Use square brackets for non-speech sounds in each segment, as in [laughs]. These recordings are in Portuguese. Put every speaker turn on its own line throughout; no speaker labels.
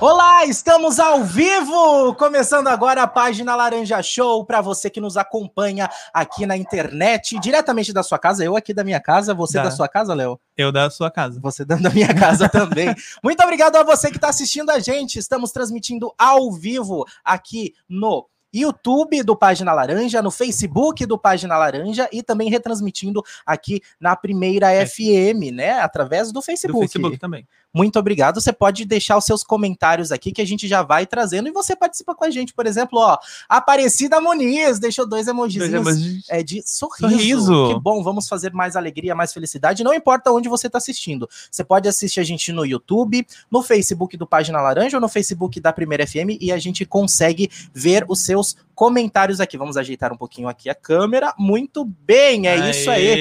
Olá, estamos ao vivo, começando agora a página Laranja Show para você que nos acompanha aqui na internet, diretamente da sua casa, eu aqui da minha casa, você
Tá.
da sua casa, Léo,
Eu da sua casa.
você da da minha
[laughs]
casa também. Muito obrigado a você que está assistindo a gente. Estamos transmitindo ao vivo aqui no YouTube do Página Laranja, no Facebook do Página Laranja e também retransmitindo aqui na Primeira FM, né, através do
É. Do Facebook também.
muito obrigado. Você pode deixar os seus comentários aqui que a gente já vai trazendo e você participa com a gente. Por exemplo, ó, Aparecida Muniz deixou dois
Dois
emojizinhos
emojis.
é, de sorriso.
Sorriso.
Que bom, vamos fazer mais alegria, mais felicidade. Não importa onde você está assistindo. Você pode assistir a gente no YouTube, no Facebook do Página Laranja ou no Facebook da Primeira FM e a gente consegue ver os seus comentários aqui. Vamos ajeitar um pouquinho aqui a câmera. Muito bem, é isso aí.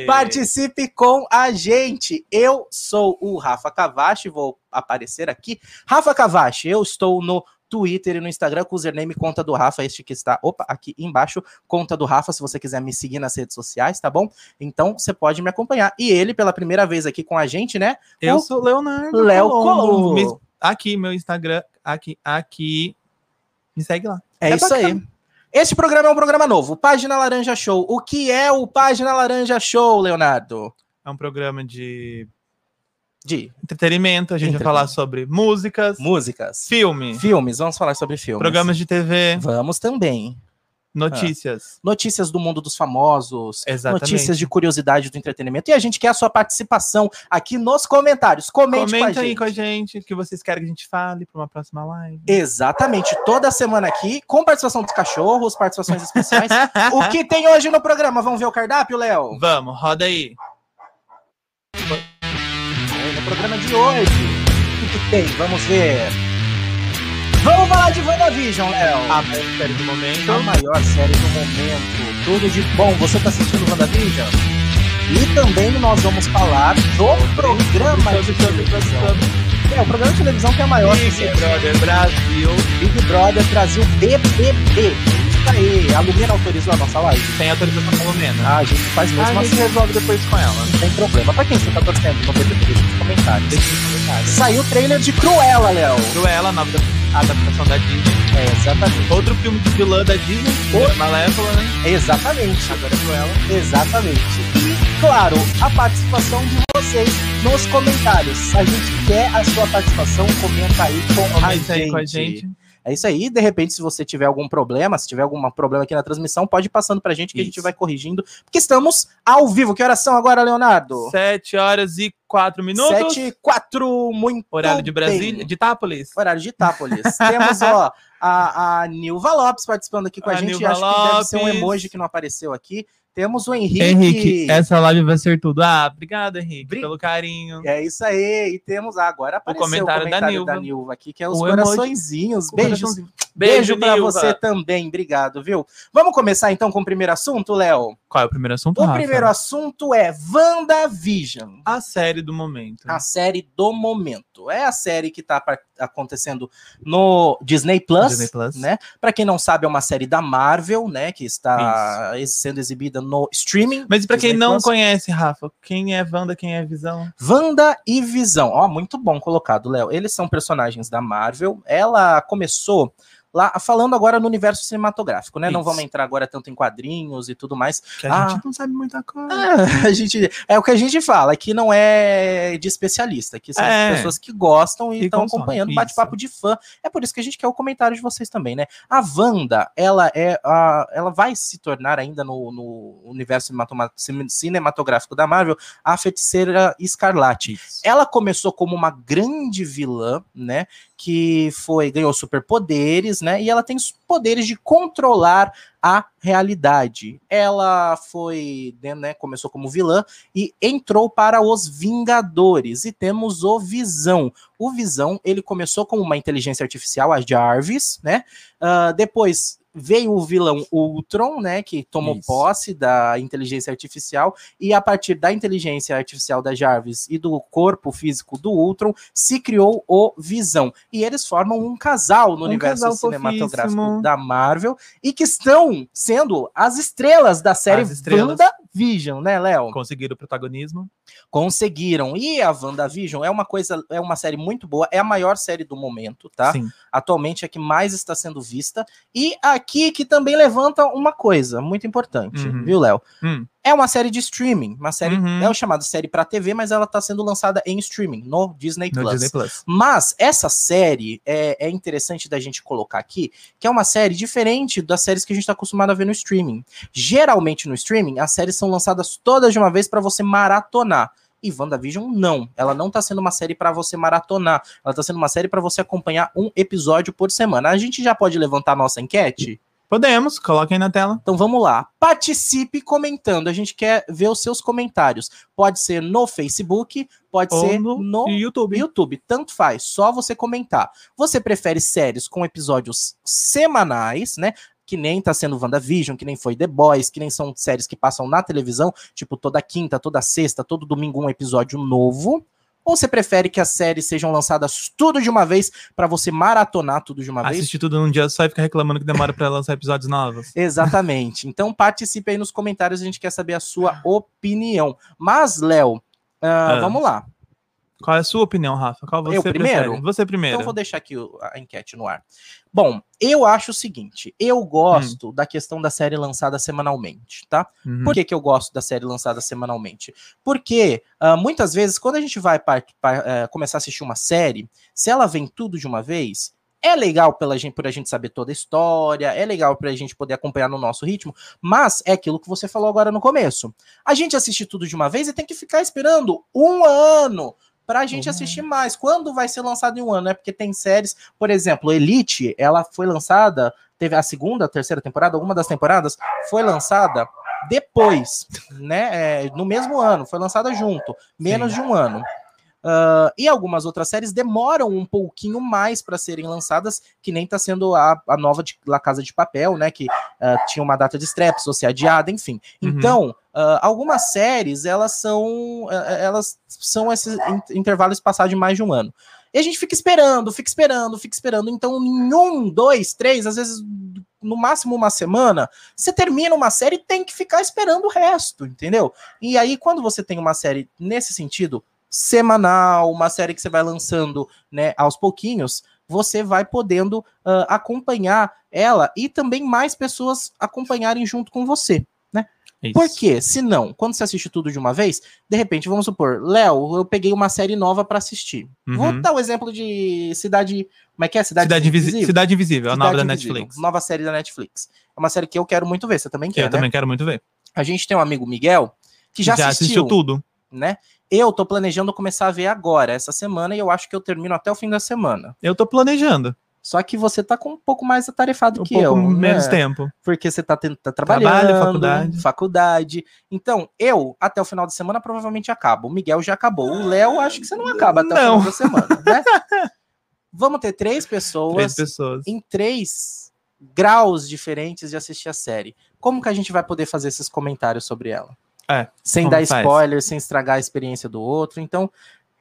aí.
Participe com a gente. Eu sou o Rafa Cavache, vou aparecer aqui. Rafa Cavache, eu estou no Twitter e no Instagram com o username conta do Rafa, este que está, opa, aqui embaixo, conta do Rafa, se você quiser me seguir nas redes sociais, tá bom? Então você pode me acompanhar. E ele pela primeira vez aqui com a gente, né?
Eu sou Leonardo.
Léo Colombo.
Colombo. Me- Aqui, meu Instagram. Aqui, aqui. Me segue lá.
É,
É
isso
bacana.
aí. Este programa é um programa novo, Página Laranja Show. O que é o Página Laranja Show, Leonardo?
É um programa de
De
entretenimento. A gente vai falar sobre músicas,
músicas,
filme,
filmes, É. vamos falar sobre filmes.
programas de TV,
Vamos também.
notícias.
notícias do mundo dos famosos,
Exatamente.
notícias de curiosidade do entretenimento. E a gente quer a sua participação aqui nos comentários. Comente
Comenta
com a
aí
gente.
com a gente o que vocês querem que a gente fale para uma
[laughs]
próxima live.
Exatamente, toda semana aqui, com participação dos cachorros, participações
[laughs]
especiais. o que tem hoje no programa? Vamos ver o cardápio, Léo?
Vamos, roda aí.
No programa de hoje, o que tem? Vamos ver. Vamos falar de WandaVision, Léo.
A série do momento.
A maior série do momento. Tudo de bom. Você tá assistindo WandaVision? E também nós vamos falar do programa de televisão. É, o programa de televisão que é a maior que
Big
sempre.
Brother Brasil
Big Brother Brasil BBB. Isso Tá aí. A Lumena autorizou a nossa live.
tem autorização da Lumena.
Ah, a gente faz
A
mesmo
gente
assim.
resolve depois com ela.
Não tem problema. Pra quem você tá torcendo no BBB, deixa nos comentários.
Deixa nos comentários.
Saiu o trailer de Cruella, Léo.
Cruella, nova da- adaptação da Disney.
É, exatamente.
Outro filme de vilã da Disney, Malévola, né?
Exatamente.
Agora é Cruella.
Exatamente. E, claro, a participação de vocês nos comentários. A gente quer a sua participação, comenta aí com, a,
Comenta
gente.
aí com a gente.
É isso aí. De repente, se você tiver algum problema, se tiver algum problema aqui na transmissão, pode ir passando pra gente que a gente
Isso.
vai corrigindo, porque estamos ao vivo. Que horas são agora, Leonardo?
7 horas e 4 minutos.
Sete e quatro, muito
Horário de Brasília,
bem.
de Tápolis.
Horário de Itápolis.
[laughs]
Temos, ó, a, a Nilva Lopes participando aqui com a,
A
gente.
Nilva
Acho que deve ser um
Lopes.
emoji que não apareceu aqui. Temos o
Henrique, essa live vai ser tudo. Ah, obrigado, Henrique, pelo carinho.
É isso aí. E temos ah, agora apareceu
comentário da Nilva.
aqui, que é os
O emoji.
coraçõezinhos. Beijos.
Beijo,
Beijo, pra
Nilva.
você também. Obrigado, viu? Vamos começar então com o primeiro assunto, Léo.
Qual é o primeiro assunto?
O
Rafa?
primeiro assunto é WandaVision.
A série do momento.
A série do momento. É a série que tá par- acontecendo no Disney Plus,
Disney Plus.
né? Para quem não sabe, é uma série da Marvel, né, que está ex- sendo exibida no streaming.
Mas pra quem
Disney
não
Plus.
conhece, Rafa, quem é Wanda, quem é Visão?
Wanda e Visão. Ó, muito bom colocado, Léo. Eles são personagens da Marvel. Ela começou lá falando agora no universo cinematográfico, né? Não
Isso.
vamos entrar agora tanto em quadrinhos e tudo mais.
Que a
Ah.
gente não sabe muita
Ah,
coisa.
[laughs] a gente é o que a gente fala, que não é de especialista, que são
É.
pessoas que gostam e
Que
estão
consomem,
acompanhando
isso.
bate-papo de fã. É por isso que a gente quer o comentário de vocês também, né? A Wanda, ela é a, ela vai se tornar ainda no, no universo cinematoma- cine- cinematográfico da Marvel a feiticeira Escarlate.
Isso.
Ela começou como uma grande vilã, né? Que foi ganhou superpoderes, né? E ela tem os poderes de controlar a realidade. Ela foi, né, né, começou como vilã e entrou para os Vingadores. E temos o Visão. O Visão, ele começou como uma inteligência artificial, a Jarvis, né? Ah, depois veio o vilão Ultron, né, que tomou
Isso.
posse da inteligência artificial e a partir da inteligência artificial da Jarvis e do corpo físico do Ultron se criou o Visão. E eles formam um casal no
Um
universo
casal
cinematográfico
fofíssimo.
da Marvel e que estão sendo as estrelas da série
As estrelas.
WandaVision, né, Léo?
Conseguiram o protagonismo.
conseguiram. E a WandaVision é uma coisa, é uma série muito boa, é a maior série do momento, tá?
Sim.
Atualmente é a que mais está sendo vista. E aqui que também levanta uma coisa muito importante,
Uhum.
viu, Léo?
Hum.
É uma série de streaming, uma série,
Uhum.
é chamada série para TV, mas ela está sendo lançada em streaming no Disney
No
Plus.
Disney Plus.
Mas essa série é, é interessante da gente colocar aqui, que é uma série diferente das séries que a gente está acostumado a ver no streaming. Geralmente no streaming, as séries são lançadas todas de uma vez para você maratonar. E WandaVision não, ela não tá sendo uma série para você maratonar, ela tá sendo uma série para você acompanhar um episódio por semana. A gente já pode levantar a nossa enquete?
Podemos, coloquem na tela.
Então vamos lá, participe comentando, a gente quer ver os seus comentários. Pode ser no Facebook, pode
Ou
ser
no
no
YouTube.
YouTube, tanto faz, só você comentar. Você prefere séries com episódios semanais, né? Que nem tá sendo WandaVision, que nem foi The Boys, que nem são séries que passam na televisão, tipo toda quinta, toda sexta, todo domingo um episódio novo. Ou você prefere que as séries sejam lançadas tudo de uma vez pra você maratonar tudo de uma vez?
Assistir tudo num dia só e ficar reclamando que demora pra lançar episódios novos.
Exatamente. Então participe aí nos comentários, a gente quer saber a sua opinião. Mas, Léo, ah,
Ah.
vamos lá.
Qual é a sua opinião, Rafa? Qual você
Eu primeiro?
prefere? Você primeiro.
Então eu vou deixar aqui o- a enquete no ar. Bom, eu acho o seguinte, eu gosto da questão da série lançada semanalmente, tá?
Uhum.
Por que, que eu gosto da série lançada semanalmente? Porque ah, muitas vezes, quando a gente vai par- par- eh, começar a assistir uma série, se ela vem tudo de uma vez, é legal pela gente, por a gente saber toda a história, é legal pra gente poder acompanhar no nosso ritmo, mas é aquilo que você falou agora no começo. A gente assiste tudo de uma vez e tem que ficar esperando um ano pra gente
Um
assistir mais. Quando vai ser lançado em um ano? É porque tem séries, por exemplo, Elite, ela foi lançada, teve a segunda, a terceira temporada, alguma das temporadas, foi lançada depois, né? é, no mesmo ano, foi lançada junto, menos de um ano. Ah, e algumas outras séries demoram um pouquinho mais para serem lançadas, que nem tá sendo a, a nova de La Casa de Papel, né? Que ah, tinha uma data de estreia, precisou ser adiada, enfim.
Uhum.
Então, ah, algumas séries elas são ah, elas são esses in- intervalos passados de mais de um ano. E a gente fica esperando, fica esperando, fica esperando. Então, em um, dois, três, às vezes no máximo uma semana, você termina uma série e tem que ficar esperando o resto, entendeu? E aí, quando você tem uma série nesse sentido, semanal, uma série que você vai lançando né, aos pouquinhos, você vai podendo ah, acompanhar ela e também mais pessoas acompanharem junto com você.
É Isso.
Porque, se não, quando você assiste tudo de uma vez, de repente, vamos supor, Léo, eu peguei uma série nova pra assistir. Vou
Uhum.
dar o exemplo de Cidade. Como é que é? Cidade,
Cidade, Invisi-
Invisível?
Cidade Invisível, a
Cidade
nova da
Invisível,
Netflix.
Nova série da Netflix. É uma série que eu quero muito ver, você também
Que
quer,
eu
né?
também quero muito ver.
A gente tem um amigo Miguel que já, assistiu,
tudo.
né? Eu tô planejando começar a ver agora, essa semana, e eu acho que eu termino até o fim da semana.
Eu tô planejando.
Só que você tá com um pouco mais atarefado
Um
que
pouco
eu.
menos
né?
tempo.
Porque você tá, ten- tá
Trabalho,
trabalhando,
faculdade.
faculdade. Então, eu, até o final de semana, provavelmente acabo. O Miguel já acabou. O Léo, acho que você não acaba até
Não.
o final da semana,
[laughs]
né? Vamos ter três pessoas
Três pessoas.
em três graus diferentes de assistir a série. Como que a gente vai poder fazer esses comentários sobre ela?
É,
sem
como
dar
faz?
spoiler, sem estragar a experiência do outro. Então,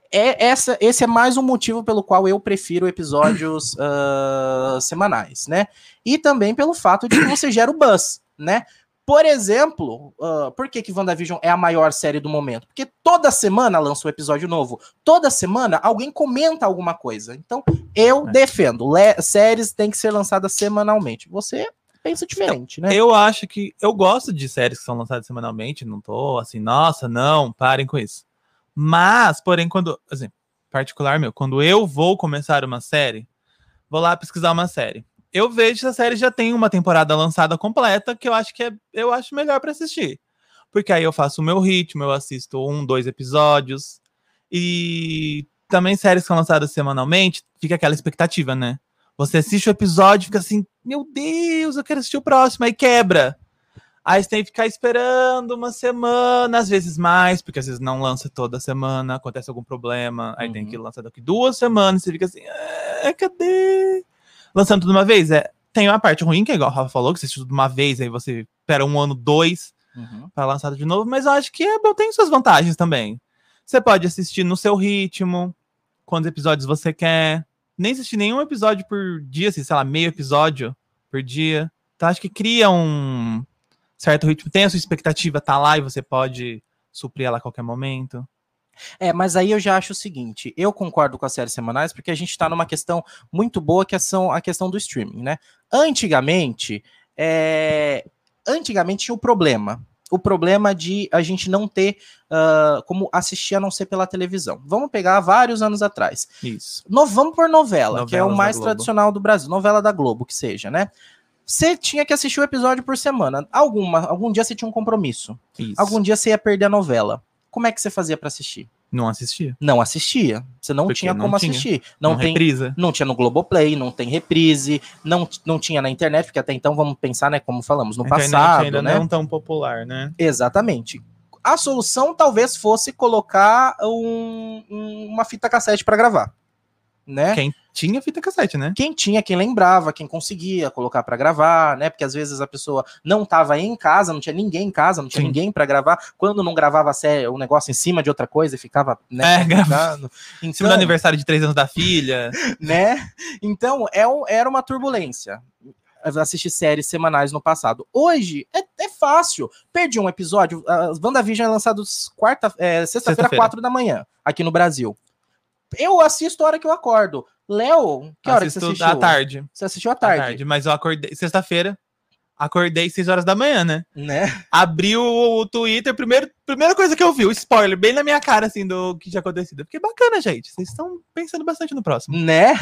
é essa, esse é mais um motivo pelo qual eu prefiro episódios
[coughs]
ah, semanais, né? E também pelo fato de que você gera o buzz, né? Por exemplo, ah, por que que WandaVision é a maior série do momento? Porque toda semana lança um episódio novo. Toda semana alguém comenta alguma coisa. Então, eu
É.
defendo. le- séries têm que ser lançadas semanalmente. Você pensa diferente, né?
Então, Eu acho que. Eu gosto de séries que são lançadas semanalmente. Não tô assim, nossa, não, parem com isso. Mas, porém, quando. Assim, particular meu, quando eu vou começar uma série, vou lá pesquisar uma série. Eu vejo se a série já tem uma temporada lançada completa, que eu acho que é, eu acho melhor pra assistir. Porque aí eu faço o meu ritmo, eu assisto um, dois episódios. E também séries que são lançadas semanalmente, fica aquela expectativa, né? Você assiste o episódio e fica assim, meu Deus, eu quero assistir o próximo, aí quebra. Aí você tem que ficar esperando uma semana, às vezes mais, porque às vezes não lança toda semana, acontece algum problema, aí tem
Uhum.
que lançar daqui duas semanas, você fica assim, ah, cadê? Lançando tudo de uma vez, é. Tem uma parte ruim, que é igual o Rafa falou, que você assiste tudo de uma vez, aí você espera um ano, dois,
Uhum.
para lançado de novo, mas eu acho que é, tem suas vantagens também. Você pode assistir no seu ritmo, quantos episódios você quer. Nem assistir nenhum episódio por dia, assim, sei lá, meio episódio por dia. Então acho que cria um certo ritmo. Tem a sua expectativa, tá lá e você pode suprir ela a qualquer momento.
É, mas aí eu já acho o seguinte: eu concordo com as séries semanais, porque a gente está numa questão muito boa que é são a questão do streaming, né? Antigamente, é... antigamente tinha o problema. O problema de a gente não ter uh, como assistir a não ser pela televisão. Vamos pegar vários anos atrás.
Isso.
No, vamos por novela, que é
Novelas
o
da
mais
Globo.
tradicional do Brasil, novela da Globo, que seja, né? Você tinha que assistir um episódio por semana. Alguma, algum dia você tinha um compromisso.
Isso.
Algum dia você ia perder a novela. Como é que você fazia para assistir?
Não assistia.
não assistia. Você não
Porque
tinha
não
como
tinha.
assistir. Não, tem,
reprisa.
não tinha no Globoplay, não tem reprise, não, não tinha na internet, porque até então vamos pensar, né, como falamos, no
A internet
passado,
ainda
né?
não é tão popular, né?
Exatamente. A solução talvez fosse colocar um- um- uma fita cassete para gravar, né?
Quem tinha fita cassete, né?
Quem tinha, quem lembrava, quem conseguia colocar para gravar, né? Porque às vezes a pessoa não tava em casa, não tinha ninguém em casa, não tinha
Sim.
ninguém para gravar. Quando não gravava a série, o negócio em cima de outra coisa e ficava, né?
É, [laughs] gravava.
complicado. Então,
Em cima do aniversário de três anos da filha.
né? Então, é um- era uma turbulência assistir séries semanais no passado. Hoje é, é fácil. Perdi um episódio. A WandaVision é lançado s- quarta, é, sexta-feira,
Sexta-feira.
4 da manhã, aqui no Brasil. Eu assisto a hora que eu acordo. Léo, que hora que você
assisto
assistiu?
À tarde.
Você assistiu à
à
tarde,
Mas eu acordei. Sexta-feira. Acordei seis horas da manhã, né?
né?
Abri o, o Twitter, primeiro, primeira coisa que eu vi, o spoiler, bem na minha cara, assim, do que tinha acontecido. Porque é bacana, gente. Vocês estão pensando bastante no próximo.
Né?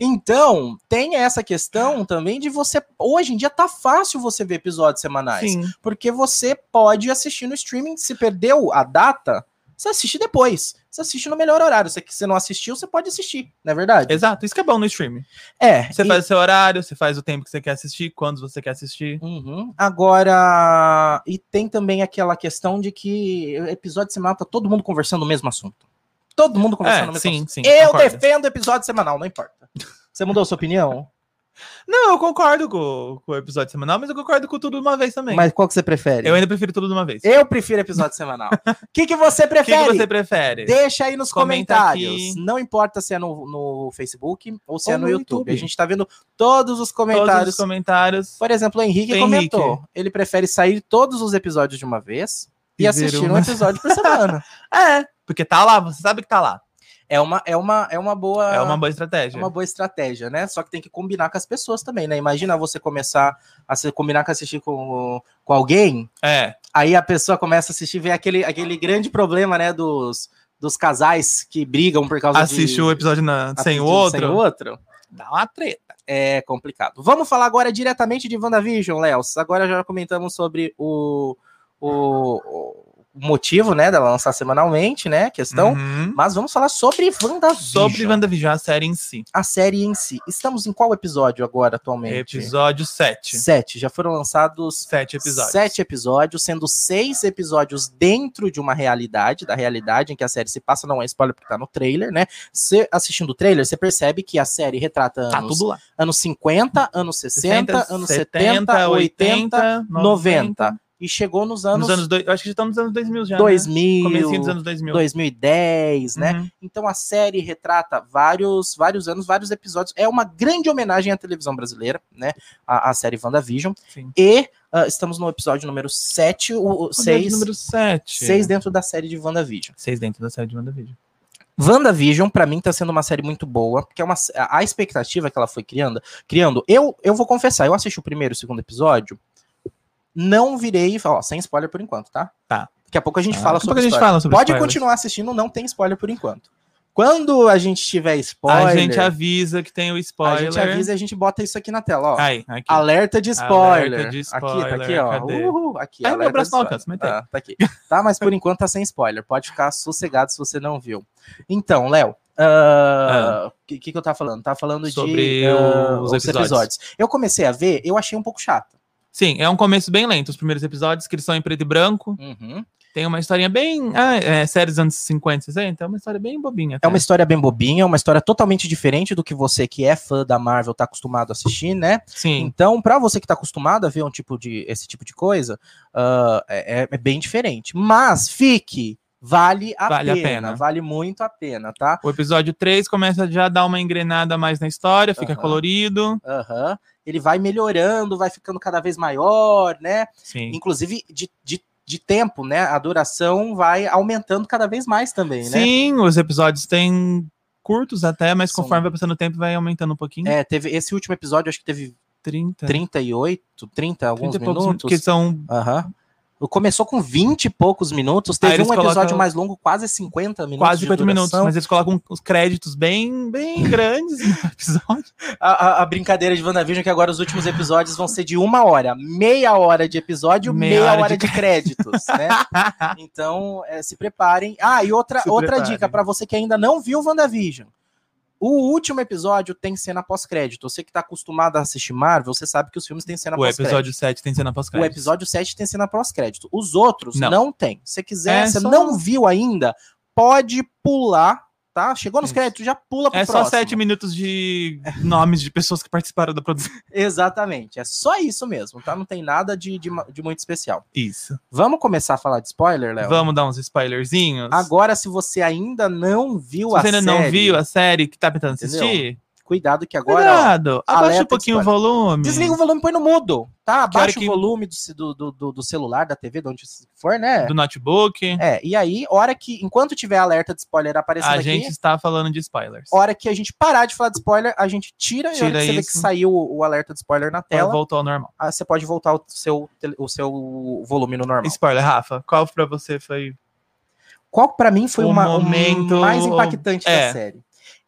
Então, tem essa questão também de você. Hoje em dia tá fácil você ver episódios semanais.
Sim.
porque você pode assistir no streaming. Se perdeu a data, você assiste depois. Você assiste no melhor horário. Se você não assistiu, você pode assistir, não é verdade?
Exato. Isso que é bom no streaming.
É.
Você
e-
faz o seu horário, você faz o tempo que você quer assistir, quando você quer assistir.
Uhum. Agora, e tem também aquela questão de que episódio semanal tá todo mundo conversando o mesmo assunto. Todo mundo conversando o
É,
mesmo
sim,
assunto.
sim.
Eu
concordo.
defendo episódio semanal, não importa. Você mudou sua opinião?
Não, eu concordo com, com o episódio semanal, mas eu concordo com tudo de uma vez também.
Mas qual que você prefere?
Eu ainda prefiro tudo de uma vez. O
Eu prefiro episódio
[laughs]
semanal. O que, que você
que, que
prefere?
você prefere?
Deixa aí nos
Comenta
comentários.
aqui.
Não importa se é no, no Facebook ou se
Ou
é no,
no
YouTube.
YouTube.
A gente tá vendo todos os
Todos os
comentários.
comentários.
Por exemplo, o Henrique
Henrique.
comentou. Ele prefere sair todos os episódios de uma vez e,
E ver
assistir um
uma.
episódio por semana.
É, porque tá lá, você sabe que tá lá.
[laughs] É uma, é uma, é uma boa.
É uma boa
é
estratégia.
uma boa estratégia, né? Só que tem que combinar com as pessoas também, né? Imagina você começar a se, combinar com assistir com, com alguém
É,
Aí a pessoa começa a assistir, vê aquele, aquele grande problema, né, dos, dos casais que brigam por causa
assiste
de...
o episódio na- sem
assistir
o
Sem
outro.
outro.
Dá uma treta.
É complicado. Vamos falar agora diretamente de WandaVision, Léo. Agora já comentamos sobre o, o, o motivo, né, dela lançar semanalmente, né, questão.
Uhum.
Mas vamos falar sobre WandaVision,
Sobre WandaVision, a série em si.
a série em si. Estamos em qual episódio agora atualmente?
Episódio 7.
Sete. Já foram lançados
Sete episódios.
Sete episódios, sendo seis episódios dentro de uma realidade, da realidade em que a série se passa, não é spoiler porque tá no trailer, né? Você assistindo o trailer, você percebe que a série retrata
Tá
anos,
tudo lá.
anos 50, anos 60, anos 70, 80, 90. E chegou nos anos,
Nos anos dois, eu acho que já estamos nos anos 2000 já. Né?
2000,
Comecinho dos anos 2000.
2010, né?
Uhum.
Então a série retrata vários, vários anos, vários episódios. É uma grande homenagem à televisão brasileira, né? A, a série WandaVision.
Sim.
E ah, estamos no episódio número 7, o, o
Episódio
6,
número 7.
6 dentro da série de WandaVision.
Seis dentro da série de WandaVision.
WandaVision, pra mim, tá sendo uma série muito boa, porque é uma, sé- a a expectativa que ela foi criando, criando eu, eu vou confessar, eu assisti o primeiro e o segundo episódio, não virei e falei, ó, sem spoiler por enquanto, tá?
Tá.
Daqui a pouco a gente
Ah,
fala
daqui a
sobre
pouco a gente
spoiler.
fala sobre
Pode
spoilers.
continuar assistindo, não tem spoiler por enquanto. Quando a gente tiver spoiler,
A gente avisa que tem o
a
spoiler.
gente avisa e a gente bota isso aqui na tela, ó.
Aí, aqui.
Alerta de spoiler.
Alerta de
Aqui, tá aqui,
spoiler,
ó.
cadê?
Uhul, aqui,
Ai,
alerta
meu braço
de
não
spoiler.
alcança, mas tem.
Ah, tá aqui. Tá, mas por enquanto tá sem spoiler. Pode ficar sossegado se você não viu. Então, Léo, ah, o que, que que eu tava falando? Tava falando de
Sobre
ah,
os episódios.
Eu comecei a ver, eu achei um pouco chato.
Sim, é um começo bem lento. Os primeiros episódios, que eles são em preto e branco.
Uhum.
Tem uma historinha bem. Ah, é, séries dos anos 50, 60. É uma história bem
É
bobinha. até.
uma história bem bobinha, é uma história totalmente diferente do que você que é fã da Marvel tá acostumado a assistir, né?
Sim.
Então, para você que tá acostumado a ver um tipo de, esse tipo de coisa, ah, é, é- é bem diferente. Mas fique, vale a,
Vale a
pena,
pena.
vale muito a pena, tá?
O episódio 3 começa já a dar uma engrenada mais na história, fica
Aham.
colorido.
Aham. Ele vai melhorando, vai ficando cada vez maior, né?
Sim.
Inclusive de, de de tempo, né? A duração vai aumentando cada vez mais também, né?
Sim, os episódios têm curtos até, mas
São-
conforme vai passando o tempo vai aumentando um pouquinho.
É, teve esse último episódio, acho que teve
30,
38, 30 alguns
30 É. e poucos minutos,
minutos.
que são
Aham. Começou com 20 e poucos minutos, teve
Aí
um
eles
episódio
colocam-
mais longo, quase 50 minutos.
quase
de
50 minutos,
duração.
mas eles colocam os créditos bem,
[laughs]
bem grandes no episódio.
A, a- a brincadeira de WandaVision é que agora os últimos episódios vão ser de uma hora, meia hora de episódio, meia,
Meia hora
hora, de,
[laughs]
créditos, né? Então, é, se preparem. Ah, e outra,
Se
outra
preparem.
dica para você que ainda não viu WandaVision. O último episódio tem cena pós-crédito. Você que tá acostumado a assistir Marvel, você sabe que os filmes têm cena
o
pós-crédito.
episódio 7 tem cena pós
O episódio 7 tem cena pós-crédito. Os outros não,
Não.
tem. Se você quiser,
É
se
só-
não viu ainda, pode pular, tá? Chegou nos
Isso.
créditos, já pula pro
É só
próximo.
sete minutos de nomes de pessoas que participaram da produção.
Exatamente. É só isso mesmo, tá? Não tem nada de, de, ma- de muito especial.
Isso.
Vamos começar a falar de spoiler, Léo?
Vamos dar uns spoilerzinhos.
Agora, se você ainda não viu
Se
a
você ainda
série,
não viu a série que tá tentando
Entendeu?
assistir,
cuidado que agora... ó,
cuidado. Abaixa
alerta
um pouquinho
de
o volume.
Desliga o volume e põe no mudo, tá? Abaixa
que-
o volume do, do- do, do, do celular, da TV, de onde for, né?
do notebook.
É, e aí, hora que... Enquanto tiver alerta de spoiler aparecendo
A
aqui...
gente está falando de spoilers.
hora que a gente parar de falar de spoiler, a gente tira, e a hora
Tira
que você vê que
isso.
saiu o, o alerta de spoiler na
Ela
tela,
voltou ao normal.
ah, você pode voltar o seu, tele- o seu volume no normal.
Spoiler, Rafa, qual pra você foi?
Qual pra mim foi
O
uma, o
momento-
mais impactante da
É.
série?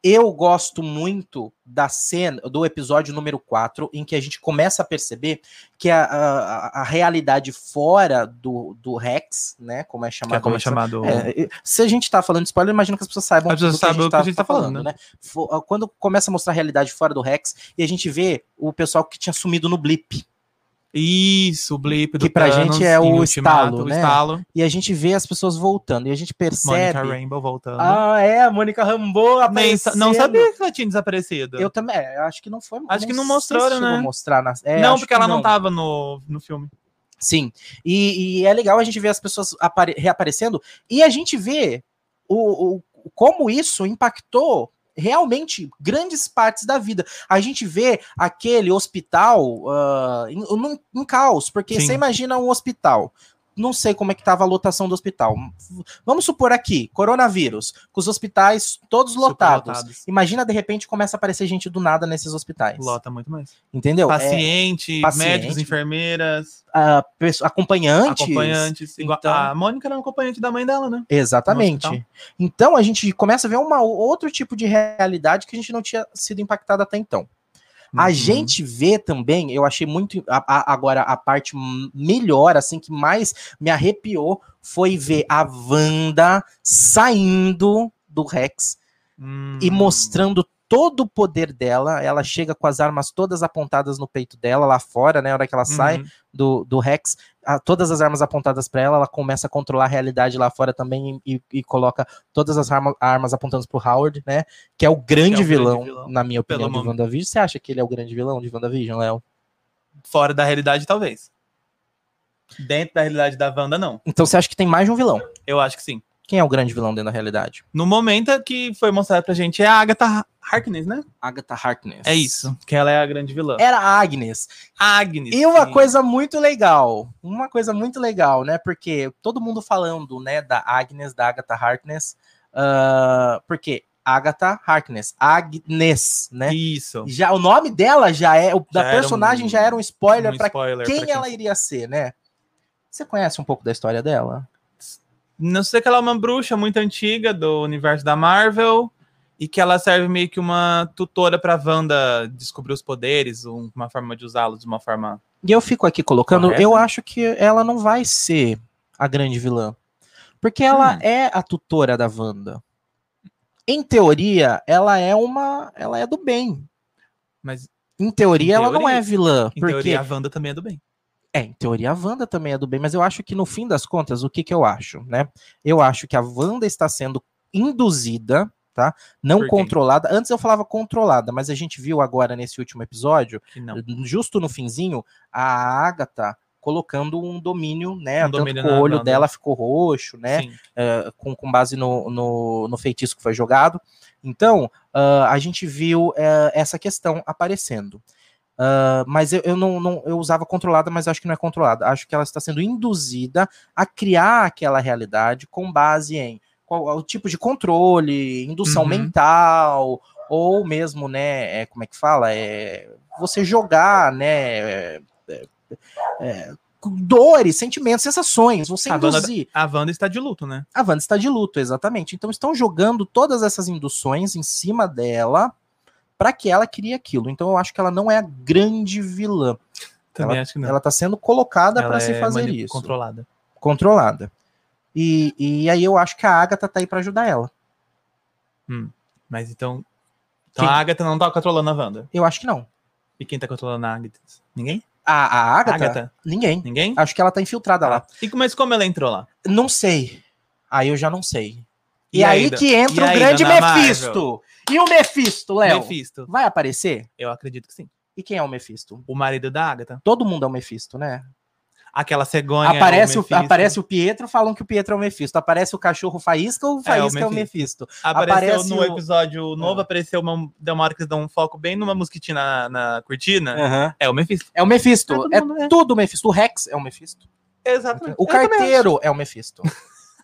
Eu gosto muito da cena do episódio número 4, em que a gente começa a perceber que a, a, a- a realidade fora do, do Rex, né? Como é
Que é
chamado.
como é
antes,
chamado.
É, e- se a gente tá falando de spoiler, imagino que as pessoas saibam
As pessoas
do
sabem o que a gente tá falando,
né? Fo- ah, Quando começa a mostrar a realidade fora do Rex e a gente vê o pessoal que tinha sumido no blip.
Isso, o blip do
Que pra
Thanos
gente é
em
o
Ultimato,
estalo,
o
né?
estalo.
E a gente vê as pessoas voltando. E a gente
Monica né?
percebe.
Rainbow voltando.
Ah, é, a Mônica Rambeau
Nem sa-
aparecendo.
não sabia que ela tinha desaparecido.
Eu também, é, eu acho que não foi.
Acho que não
sei
mostraram,
se chegou a
né?
Mostrar na- é,
não,
acho que
porque ela não tá. tava no, no filme.
Sim. E, e é legal a gente ver as pessoas apare- reaparecendo e a gente vê o, o- como isso impactou realmente grandes partes da vida. A gente vê aquele hospital ah, em, num- em caos, porque
Sim.
você imagina um hospital. Não sei como é que estava a lotação do hospital. Vamos supor aqui, coronavírus, com os hospitais todos lotados.
Superlotados.
Imagina, de repente, começa a aparecer gente do nada nesses hospitais.
Lota muito mais.
Entendeu? É,
Paciente,
paciente.
médicos, enfermeiras,
ah, pesso- acompanhantes.
acompanhantes. Igual-
então-
A Mônica era uma acompanhante da mãe dela, né? No
Exatamente.
hospital.
Então a gente começa a ver uma o- outro tipo de realidade que a gente não tinha sido impactado até então. A
Uhum.
gente vê também, eu achei muito a- a- agora a parte m- melhor, assim que mais me arrepiou foi ver a Wanda saindo do Rex
Hum.
e mostrando todo o poder dela. Ela chega com as armas todas apontadas no peito dela lá fora, né? Na hora que ela sai,
Uhum.
do, do Rex, a- todas as armas apontadas para ela, ela começa a controlar a realidade lá fora também e, e coloca todas as arma- armas apontando pro Howard, né? Que é o grande,
grande
vilão,
vilão,
na minha opinião,
pelo
de
momento.
WandaVision. Você acha que ele é o grande vilão de WandaVision, Léo?
Fora da realidade, talvez. Dentro da realidade da Wanda, não.
Então você acha que tem mais de um vilão?
Eu acho que sim.
Quem é o grande vilão dentro da realidade?
No momento que foi mostrado pra gente é a Agatha Harkness, né?
Agatha Harkness.
É isso. Que ela é a grande vilã.
Era a Agnes.
Agnes.
E uma
sim.
coisa muito legal, uma coisa muito legal, né? Porque todo mundo falando, né, da Agnes, da Agatha Harkness, ah, porque Agatha Harkness, Agnes, né?
Isso.
Já o nome dela já é, o da
Já era
personagem
um-
já era um spoiler
Um
pra
spoiler
quem
pra
ela iria ser, né? Você conhece um pouco da história dela?
Não sei que ela é uma bruxa muito antiga do universo da Marvel e que ela serve meio que uma tutora pra Wanda descobrir os poderes, um- uma forma de usá-los de uma forma.
E eu fico aqui colocando,
Correto.
eu acho que ela não vai ser a grande vilã. Porque ela
Hum.
é a tutora da Wanda. Em teoria, ela é uma, ela é do bem.
Mas
Em teoria,
Em
ela não
teoria.
é vilã.
em
porque...
teoria a Wanda também é do bem.
É, em teoria a Wanda também é do bem, mas eu acho que no fim das contas, o que que eu acho, né? Eu acho que a Wanda está sendo induzida, tá? Não
Por quem?
controlada. Antes eu falava controlada, mas a gente viu agora nesse último episódio,
Que não.
justo no finzinho, a Agatha colocando um domínio, né?
Um
Tanto
domínio
que o
na
olho
Wanda.
dela ficou roxo, né?
Sim.
eh, com, com base no, no, no feitiço que foi jogado. Então, ah, a gente viu eh, essa questão aparecendo. Ah, Ah, mas eu, eu não, não- eu usava controlada, mas acho que não é controlada. Acho que ela está sendo induzida a criar aquela realidade com base em qual o tipo de controle, indução
Uhum.
mental, ou mesmo, né, é, como é que fala? É, você jogar, né? é, é, é, dores, sentimentos, sensações, você
Ah, dona-
induzir.
A Wanda está de luto, né?
A Wanda está de luto, exatamente. Então estão jogando todas essas induções em cima dela para que ela crie aquilo. Então eu acho que ela não é a grande vilã.
Também acho que não.
Ela está sendo colocada
Ela
para se
é
fazer
mani-
isso,
Controlada.
controlada. E, e aí eu acho que a Agatha tá aí para ajudar ela.
Mas então. Então
Quem-
a Agatha não tá controlando a Wanda.
Eu acho que não.
E quem tá controlando a Agatha? Ninguém?
A, a Agatha? Ninguém.
Ninguém?
Acho que ela tá infiltrada lá.
E como- mas como ela entrou lá?
Não sei. Aí eu já não sei. E, aí
Dan-
que entra
E
o
aí,
grande
Dona
Mephisto. E o Mephisto, Léo?
Mephisto.
Vai aparecer?
Eu acredito que sim.
E quem é o Mephisto?
O marido da Agatha.
Todo mundo é o Mephisto, né?
Aquela cegonha.
aparece, o,
é Mephisto.
aparece o Pietro, falam que o Pietro é o Mephisto. Aparece o cachorro Faísca, o Faísca é o Mephisto.
Apareceu
aparece
no
o-
episódio novo,
Ah.
apareceu uma. Deu uma hora que eles dão um foco bem numa mosquitina na, na cortina.
Aham.
É, o Mephisto.
É o Mephisto.
É todo
É,
mundo, né?
tudo Mephisto. O Rex é o Mephisto.
Exatamente.
O
Eu também
carteiro é o Mephisto. [laughs]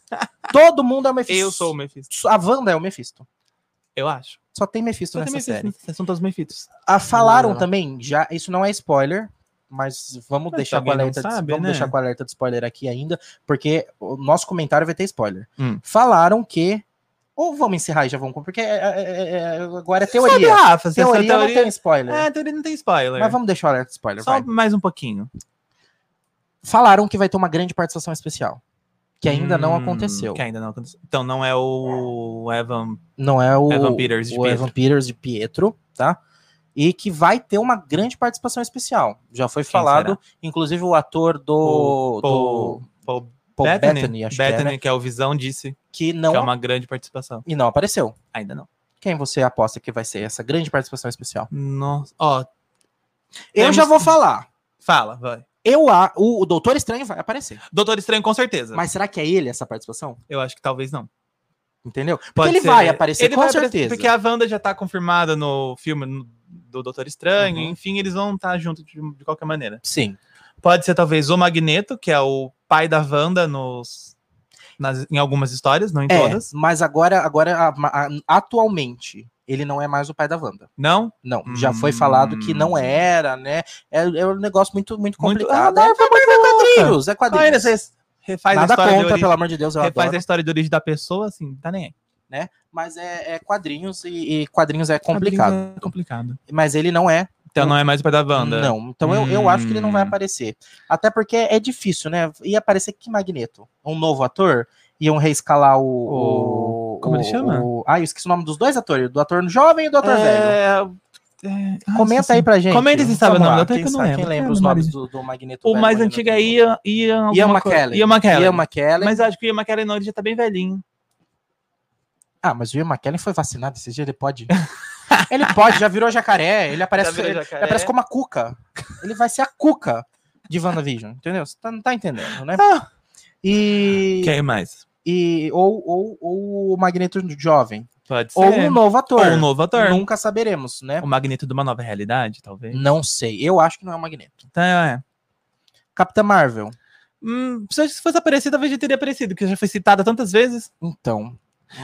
Todo mundo é o
acho.
Mephisto.
Eu sou o Mephisto.
A Wanda é o Mephisto.
Eu acho.
Só tem Mephisto
Só tem
nessa
Mephisto,
série.
né? Vocês São todos Mephistos.
Ah, falaram
Não.
também, já, isso não é spoiler, mas vamos
Mas
deixar com
alguém não
alerta, de-
sabe,
vamos
né?
deixar com alerta de spoiler aqui ainda, porque o nosso comentário vai ter spoiler.
Hum.
Falaram que ou vamos encerrar e já vamos, com- porque é- é- é- é- agora é teoria.
Sabe, Rafa, se essa
teoria, não tem spoiler.
É, a teoria não tem spoiler.
Mas vamos deixar o alerta de spoiler,
Só
vai.
mais um pouquinho.
Falaram que vai ter uma grande participação especial, que ainda não
Hum,
aconteceu.
Que ainda não aconteceu. Então não é o Evan,
Não é o
Evan Peters de
o
Pietro.
Evan Peters de Pietro, tá? E que vai ter uma grande participação especial. Já foi falado, inclusive o ator do,
O Paul-
do
Paul
Paul
Bettany,
Bettany, acho
Bethany,
que
que,
é,
é,
né?
o Visão, disse
que não
que é uma grande participação.
e não apareceu.
Ainda não.
Quem você aposta que vai ser essa grande participação especial?
Nossa. Ó,
eu
Temos-
já vou falar.
fala, vai.
Eu a, o, o Doutor Estranho vai aparecer.
Doutor Estranho, com certeza.
Mas será que é ele essa participação?
Eu acho que talvez não.
Entendeu? Porque
Pode
ele
ser-
vai aparecer
ele
com
vai aparecer,
certeza.
Porque a Wanda já tá confirmada no filme no- do Doutor Estranho.
Uhum.
Enfim, eles vão estar juntos de, de qualquer maneira.
Sim.
Pode ser talvez o Magneto, que é o pai da Wanda nos, nas- em algumas histórias, não em
É,
todas.
mas agora, agora a- a- atualmente, ele não é mais o pai da Wanda.
Não?
Não, já foi falado que não
Hum.
era, né? É, é um negócio muito, muito
Muito-
complicado.
Ah,
é, quadrinhos, é
Ah,
quadrinhos.
eles refaz a
Nada
história de
contra,
origem-
pelo amor de Deus, eu
refaz
adoro.
a história de origem da pessoa, assim, tá nem aí.
Mas é, é quadrinhos e, e quadrinhos é complicado.
É complicado.
Mas ele não é,
Então não é mais o pai da Wanda.
não. Então eu, eu acho que ele não vai
Hum.
aparecer. Até porque é difícil, né? Ia aparecer que Magneto, um novo ator, iam reescalar o... o-
como ele
o-
chama?
o- ah, eu esqueci o nome dos dois atores, do ator jovem e do ator tá velho.
É, é, ah,
Comenta
esqueci.
aí pra gente.
Comenta se sabe o
Vamos
nome,
lá,
até
quem
que eu não
sabe-
lembro.
Quem lembra
Eu
os
não
nomes
lembro.
do, do Magneto
O
velho,
mais
Magneto
antigo
novo.
é Ian, Ian
Ian
alguma coisa.
McKellen.
Ian McKellen.
Ian McKellen.
Mas acho que o Ian McKellen não, ele já tá bem velhinho.
Ah, mas o Ian McKellen foi vacinado esse dia, ele
[laughs]
pode. ele pode, já virou jacaré, ele aparece,
Já virou
ele-
jacaré.
ele aparece como a cuca. Ele vai ser a cuca de WandaVision, entendeu? Você tá, não tá entendendo, né?
Ah.
E,
Quem mais?
e ou, ou, ou o Magneto jovem,
Pode ser.
ou um novo ator.
Ou um novo ator.
Nunca saberemos, né?
O Magneto de uma nova realidade, talvez.
Não sei, eu acho que não é o Magneto.
Então, é.
Capitã Marvel,
Hum, se se fosse aparecer, talvez já teria aparecido, porque já foi citada tantas vezes.
então,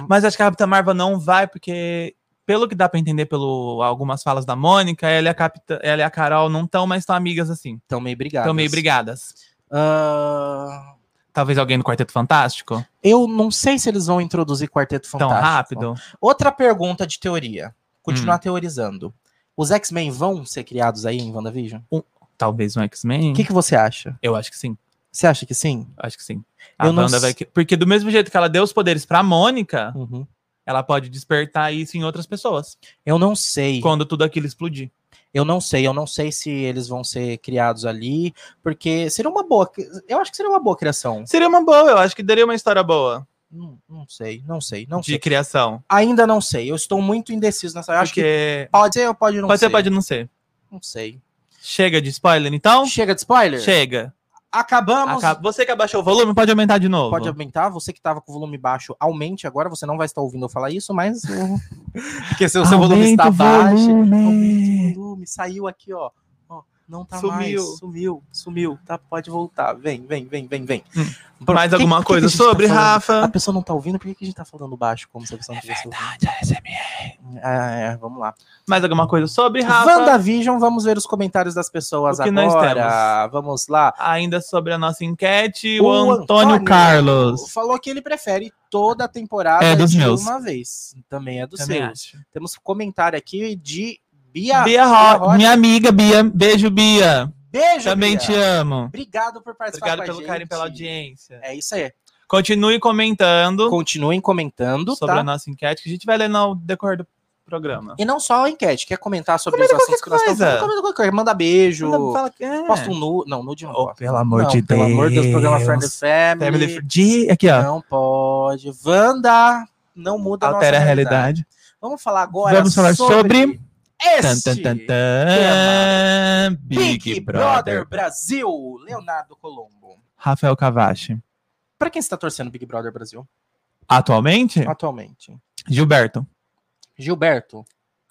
Mas acho que a Capitã Marvel não vai, porque, pelo que dá pra entender pelo algumas falas da Mônica, ela e a, Capitã, ela e a Carol não estão mais tão amigas assim.
tão meio brigadas.
Estão meio brigadas.
Ah,
Talvez alguém do Quarteto Fantástico?
eu não sei se eles vão introduzir Quarteto
Tão
Fantástico.
rápido. Hum.
Outra pergunta de teoria. Continuar teorizando. Os X-Men vão ser criados aí em WandaVision?
Talvez um X-Men.
O que, que você acha?
Eu acho que sim.
Você acha que sim?
Acho que sim. A
Eu não
Wanda
s-
vai. que- Porque do mesmo jeito que ela deu os poderes pra Mônica,
Uhum.
ela pode despertar isso em outras pessoas.
Eu não sei.
Quando tudo aquilo explodir.
Eu não sei. Eu não sei se eles vão ser criados ali, porque seria uma boa. Eu acho que seria uma boa criação.
Seria uma boa, eu acho que daria uma história boa
Não, não sei, não sei, não
de
sei.
criação.
Ainda não sei. Eu estou muito indeciso nessa. Eu acho que
porque
pode ser ou pode não
pode
ser.
ser, pode não ser.
Não sei.
Chega de spoiler, então?
Chega de spoiler.
Chega.
Acabamos.
Acaba- Você que abaixou o volume, pode aumentar de novo.
Pode aumentar. Você que estava com o volume baixo, aumente agora. Você não vai estar ouvindo eu falar isso,
[laughs]
mas. né, Porque se o seu volume está baixo. Aumenta o volume, saiu aqui, ó. Não tá
Sumiu.
mais. Sumiu, sumiu. Tá, pode voltar. Vem, vem, vem, vem, vem. Por
Hum. Mais
que-
alguma
por que
coisa
que a gente tá
sobre,
falando? A
Rafa? É
pessoa não tá ouvindo, por que, que a gente tá falando baixo como se a pessoa não tivesse ouvindo? Ah, é, vamos lá.
Mais alguma coisa sobre, Rafa?
WandaVision, vamos ver os comentários das pessoas
O que nós
agora. Vamos lá.
Ainda sobre a nossa enquete, o, Antônio, Carlos.
falou que ele prefere toda a temporada
É dos
de
meus.
uma vez. Também é dos
Também
seus.
acho.
Temos comentário aqui de Bia,
Bia
Bia
Ro-
Rocha.
minha amiga Bia, beijo Bia.
Beijo,
Também
Bia.
te amo.
Obrigado por participar
Obrigado
com a
pelo
gente.
carinho, pela audiência.
É isso aí.
Continue comentando
Continuem comentando,
sobre a
tá?
nossa enquete que a gente vai ler no decorrer do programa.
E não só a enquete. Quer comentar sobre
Comenta
os assuntos que nós
qualquer
estamos falando? Comenta
coisa.
qualquer coisa. Manda beijo.
Manda- fala que- é.
Posta um nu. Não, nude não.
Oh,
posta.
pelo amor
Não,
de
Pelo amor de Deus, programa
Deus.
Friend and Family.
Family Fr- de- Aqui, ó.
Não pode. Wanda não muda
Altera a
nossa
realidade.
Vamos falar agora
Vamos falar sobre- Tan,
Este
tan, tan, tan.
tema.
Big, Brother.
Brasil, Leonardo Colombo.
Rafael Cavachi.
Pra quem você tá torcendo Big Brother Brasil
Atualmente,
atualmente?
Gilberto.
Gilberto.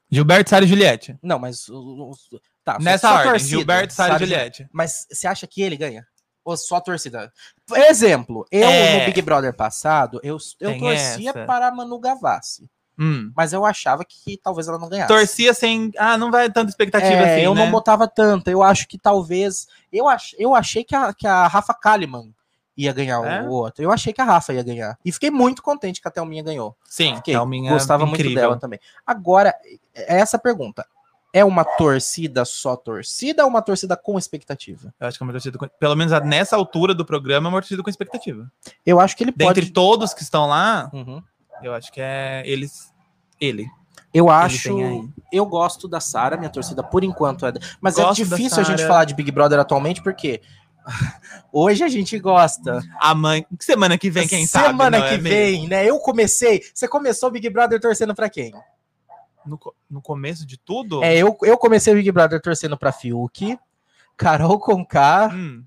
Gilberto, Sara e Juliette.
Não, mas. o- o- o- Tá, só-
Nessa
só
ordem,
torcida,
Gilberto, Sara e
sabe?
Juliette.
Mas você acha que ele ganha? Ou só a torcida? Exemplo, eu
É.
no Big Brother passado, eu, eu
Tem
torcia
essa.
para a Manu Gavassi.
Hum.
Mas eu achava que talvez ela não ganhasse.
Torcia sem... Ah, não vai tanta expectativa
É,
assim,
eu
né?
não botava tanta. Eu acho que talvez. Eu, ach, eu achei que a, que a Rafa Kalimann ia ganhar o-
É?
o outro. Eu achei que a Rafa ia ganhar. E fiquei muito contente que a Thelminha ganhou.
Sim,
Fiquei.
Thelminha é
Gostava muito
incrível.
dela também. Agora, é essa pergunta. É uma torcida só torcida ou uma torcida com expectativa?
Eu acho que é uma torcida com... Pelo menos nessa altura do programa, é uma torcida com expectativa.
Eu acho que ele
Dentre
pode.
todos que estão lá,
Uhum.
eu acho que é eles... Ele.
Eu
Ele
acho.
tem aí.
Eu gosto da Sara, minha torcida por enquanto é. da- Mas
Gosto
é
da
difícil a gente
Sarah.
falar de Big Brother atualmente, porque [laughs] hoje a gente gosta.
A mãe... Semana que vem, quem sabe,
Semana
não é
que
mesmo?
vem, né? Eu comecei. Você começou o Big Brother torcendo pra quem?
No, co- no começo de tudo...
É, eu, eu comecei o Big Brother torcendo pra Fiuk, Carol Conká
Hum.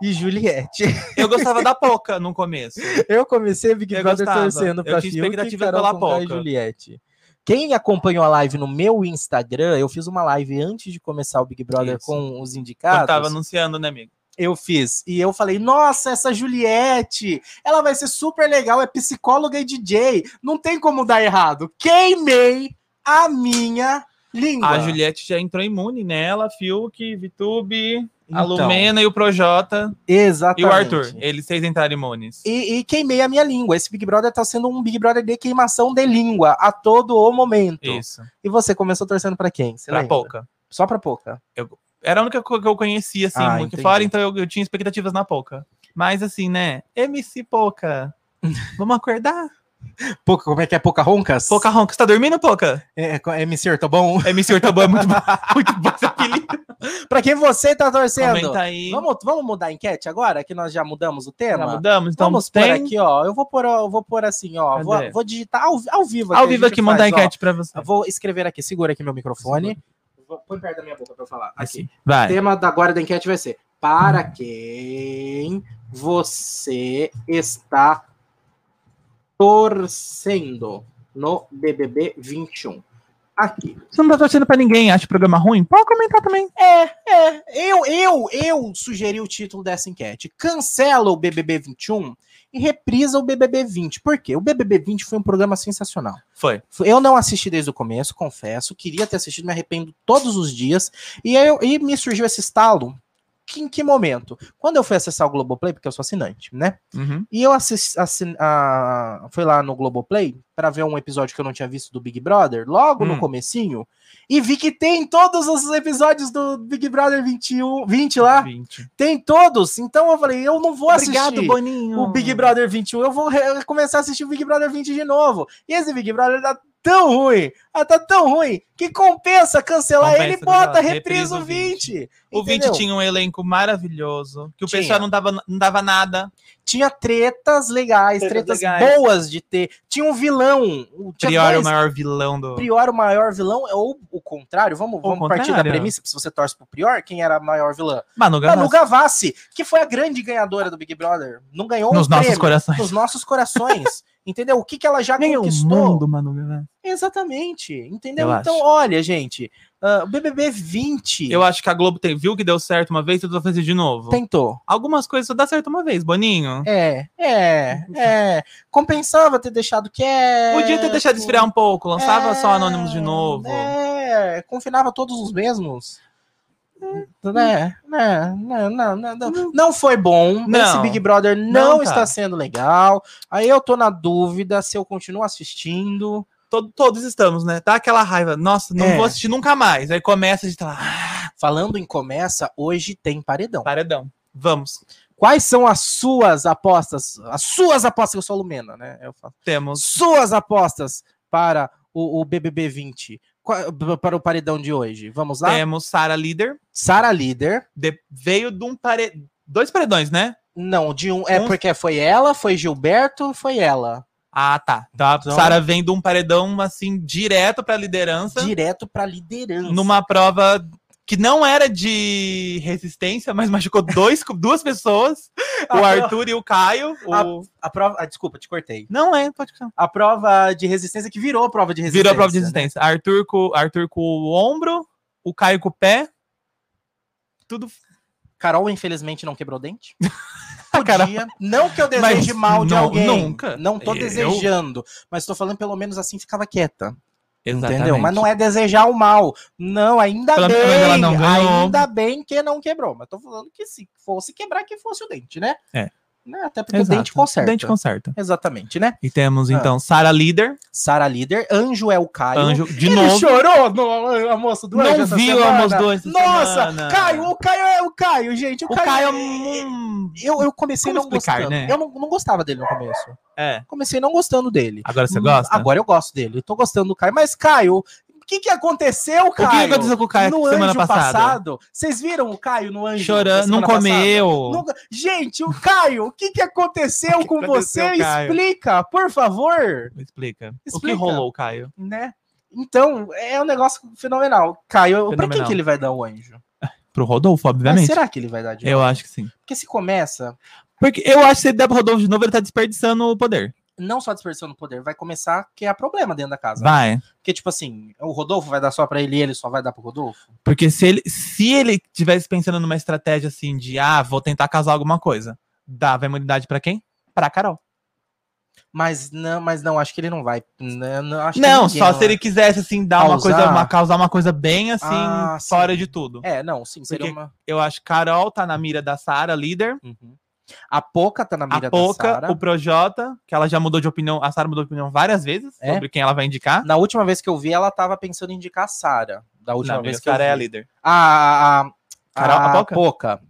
e Juliette. [laughs]
Eu gostava da Poca no começo.
Eu comecei o Big
Eu
Brother
gostava.
torcendo
Eu
pra
tinha
Fiuk,
expectativa
Carol
pela
Conká e
Poca.
Juliette. Quem acompanhou a live no meu Instagram, eu fiz uma live antes de começar o Big Brother
Isso.
com os indicados.
Quando tava anunciando, né, amigo?
Eu fiz. E eu falei, nossa, essa Juliette, ela vai ser super legal, é psicóloga e DJ. Não tem como dar errado. Queimei a minha língua.
A Juliette já entrou imune nela, Fiuk, Vitube, a
Então,
Lumena e o Projota
Exatamente.
e o Arthur. Eles seis entraram imunes.
E, e queimei a minha língua. Esse Big Brother tá sendo um Big Brother de queimação de língua a todo o momento.
Isso.
E você começou torcendo pra quem? Você
Pra
lembra?
Poca.
Só pra pouca.
Era a única coisa que eu conhecia, assim,
Ah,
muito
entendi.
fora, então eu, eu tinha expectativas na Poca. Mas assim, né? MC Poca.
[laughs]
Vamos acordar?
Pouca, como é que é? Pouca roncas?
Poca Ronca, você tá dormindo, Poca?
É, é, MC, tá bom?
MC Ortobão é
[laughs]
muito bom. Muito bom esse apelido.
pra quem você tá torcendo?
Comenta aí.
Vamos, vamos mudar a enquete agora, que nós já mudamos o
Já
tema?
mudamos, então
Vamos
tem...
por aqui, ó. Eu vou pôr, ó, eu vou pôr assim, ó.
Cadê?
Vou, vou digitar ao, ao vivo
Ao
a
vivo
gente
aqui, mandar
faz, ó.
enquete pra você.
Eu Vou escrever aqui, segura aqui meu microfone. Assim, Vou- Põe perto da minha boca pra eu falar. Aqui. O
Vai.
tema da- agora da enquete vai ser: Para quem você está torcendo no BBB 21? Aqui.
Você não tá torcendo pra ninguém, acha o programa ruim? Pode comentar também.
É, eu, eu, eu sugeri o título dessa enquete. Cancela o BBB 21 e reprisa o BBB 20. Por quê? O BBB 20 foi um programa sensacional.
Foi.
Eu não assisti desde o começo, confesso. Queria ter assistido, me arrependo todos os dias. E, aí eu, e me surgiu esse estalo. Que, em que momento? Quando eu fui acessar o Globoplay, porque eu sou assinante, né?
Uhum.
E eu assisti, assin, a- fui lá no Globoplay para ver um episódio que eu não tinha visto do Big Brother, logo no
Hum.
comecinho, e vi que tem todos os episódios do Big Brother 21, 20 lá,
20.
tem todos. Então eu falei, eu não vou assistir
Obrigado, Boninho.
o Big Brother 21, eu vou re- começar a assistir o Big Brother 20 de novo. E esse Big Brother tá tão ruim, ah, tá tão ruim, que compensa cancelar
Compensa
ele e bota
cancelar,
reprisa o
reprisa o 20.
20.
O 20
entendeu?
tinha um elenco maravilhoso, que o
Tinha.
pessoal não dava, não dava nada.
tinha tretas legais, tretas,
Tretas legais.
boas de ter. Tinha um vilão. o- Tinha
Prior era o
dois-
maior vilão do...
Prior o maior vilão, é ou o contrário, vamos, vamos partir da
contrário.
premissa, se você torce pro Prior, quem era a maior vilã?
Manu Gavassi.
Manu Gavassi, que foi a grande ganhadora do Big Brother, não ganhou
Nos
um
nossos
prêmio,
corações. [laughs]
nos nossos corações, entendeu? O que, que ela já
Ganhou o
conquistou?
mundo, né? Manu Gavassi.
Exatamente, entendeu?
Eu
então,
acho.
olha, gente, ah, o BBB 20
Eu acho que a Globo tem- viu que deu certo uma vez, tentou fazer de novo.
tentou.
Algumas coisas só dá certo uma vez, Boninho.
É, é, é. Compensava ter deixado quieto.
Podia ter deixado esfriar um pouco, lançava
É,
só Anônimos de novo.
É, confinava todos os mesmos. Né, né, né, não, não, não, não foi bom.
Não.
Esse Big Brother não,
Não tá.
está sendo legal. Aí eu tô na dúvida se eu continuo assistindo.
Todo- todos estamos, né? Dá aquela raiva. Nossa, não
É.
vou assistir nunca mais. Aí começa a gente tá lá, "Ah,
Falando em começa, hoje tem paredão.
paredão. Vamos.
Quais são as suas apostas? As suas apostas, eu sou Lumena, né? Eu falo.
Temos.
Suas apostas para o, o BBB 20, Qua- para o paredão de hoje. Vamos lá?
Temos Sara líder.
Sara líder.
de- veio de um pare... Dois paredões, né?
Não, de um. É
Um-
porque foi ela, foi Gilberto, foi ela.
Ah, tá. Então, a
Então-
Sara vem de um paredão, assim, direto pra liderança.
Direto pra liderança.
numa prova que não era de resistência, mas machucou dois, [laughs] duas pessoas, o Arthur e o Caio. o-
A prova. ah, desculpa, te cortei.
Não é, pode ficar.
A prova de resistência que virou a prova de resistência.
Virou a prova de
né?
resistência. Arthur, com, Arthur com o ombro, o Caio com o pé. Tudo.
Carol, infelizmente, não quebrou dente.
Carol.
Podia. Não que eu
Mas
deseje mal de
não,
alguém.
nunca.
Não tô
Eu-
desejando. Mas tô falando, pelo menos assim ficava quieta. Entendeu?
Exatamente.
Mas não é desejar o mal. Não, ainda
Pelo
bem.
menos ela não ganhou.
ainda bem que não quebrou. Mas tô falando que se fosse quebrar, que fosse o dente, né?
É.
Né? Até porque
Exato.
o dente conserta.
Dente conserta.
Exatamente, né?
E temos,
Ah.
então, Sara líder,
Sara líder, anjo é o Caio.
anjo, de
Ele
novo.
chorou no almoço do anjo
Não
essa
viu o
semana.
almoço do anjo essa
Nossa,
semana.
Caio, o Caio é o Caio, gente. O,
O Caio. é hum,
Eu, eu comecei
Como
não
explicar,
gostando.
né?
Eu não, não gostava dele no começo.
É.
Comecei não gostando dele.
Agora você
Hum,
gosta?
Agora eu gosto dele. Eu tô gostando do Caio. Mas, Caio, o que, que aconteceu,
O
Caio?
que aconteceu com o Caio
no
semana
anjo
passada?
passado? Vocês viram o Caio no anjo? da
Chorando, não
semana passada?
comeu.
Nunca- Gente, o Caio, o que, que aconteceu
[laughs] O que
com
aconteceu,
você?
Caio?
Explica, por favor.
Explica. O que
Explica.
rolou, Caio?
Né? Então, é um negócio fenomenal. Caio, pra quem
Fenomenal.
que ele vai dar o anjo?
Pro Rodolfo,
Mas
obviamente.
será que ele vai dar de
Eu
novo?
acho que sim.
Porque se começa,
Porque eu acho que se ele der pro Rodolfo de novo, ele tá desperdiçando o poder.
não só desperdiçando poder, vai começar a criar problema dentro da casa.
Vai.
Porque, tipo assim, o Rodolfo vai dar só pra ele e ele só vai dar pro Rodolfo?
Porque se ele, se ele tivesse pensando numa estratégia assim de, ah, vou tentar casar alguma coisa, dava imunidade pra quem? Pra Carol.
Mas não, mas não, acho que ele não vai. Né, Não, acho que
não,
ninguém
só
vai.
se ele quisesse, assim, dar uma
Causar?
coisa, uma, causar uma coisa bem, assim,
Ah,
fora
sim.
de tudo.
É, não, sim, seria
Porque-
uma.
Eu acho que Carol tá na mira da Sara, líder.
Uhum. A Poca tá na mira
a
da
Poca,
Sarah.
o Projota, que ela já mudou de opinião, a Sara mudou de opinião várias vezes
É?
sobre quem ela vai indicar.
Na última vez que eu vi, ela tava pensando em indicar a Sara. Da última
Não,
vez
a
que eu
Sara é a
vi.
líder.
A, a, a,
Carol, a
a
Poca?
Poca.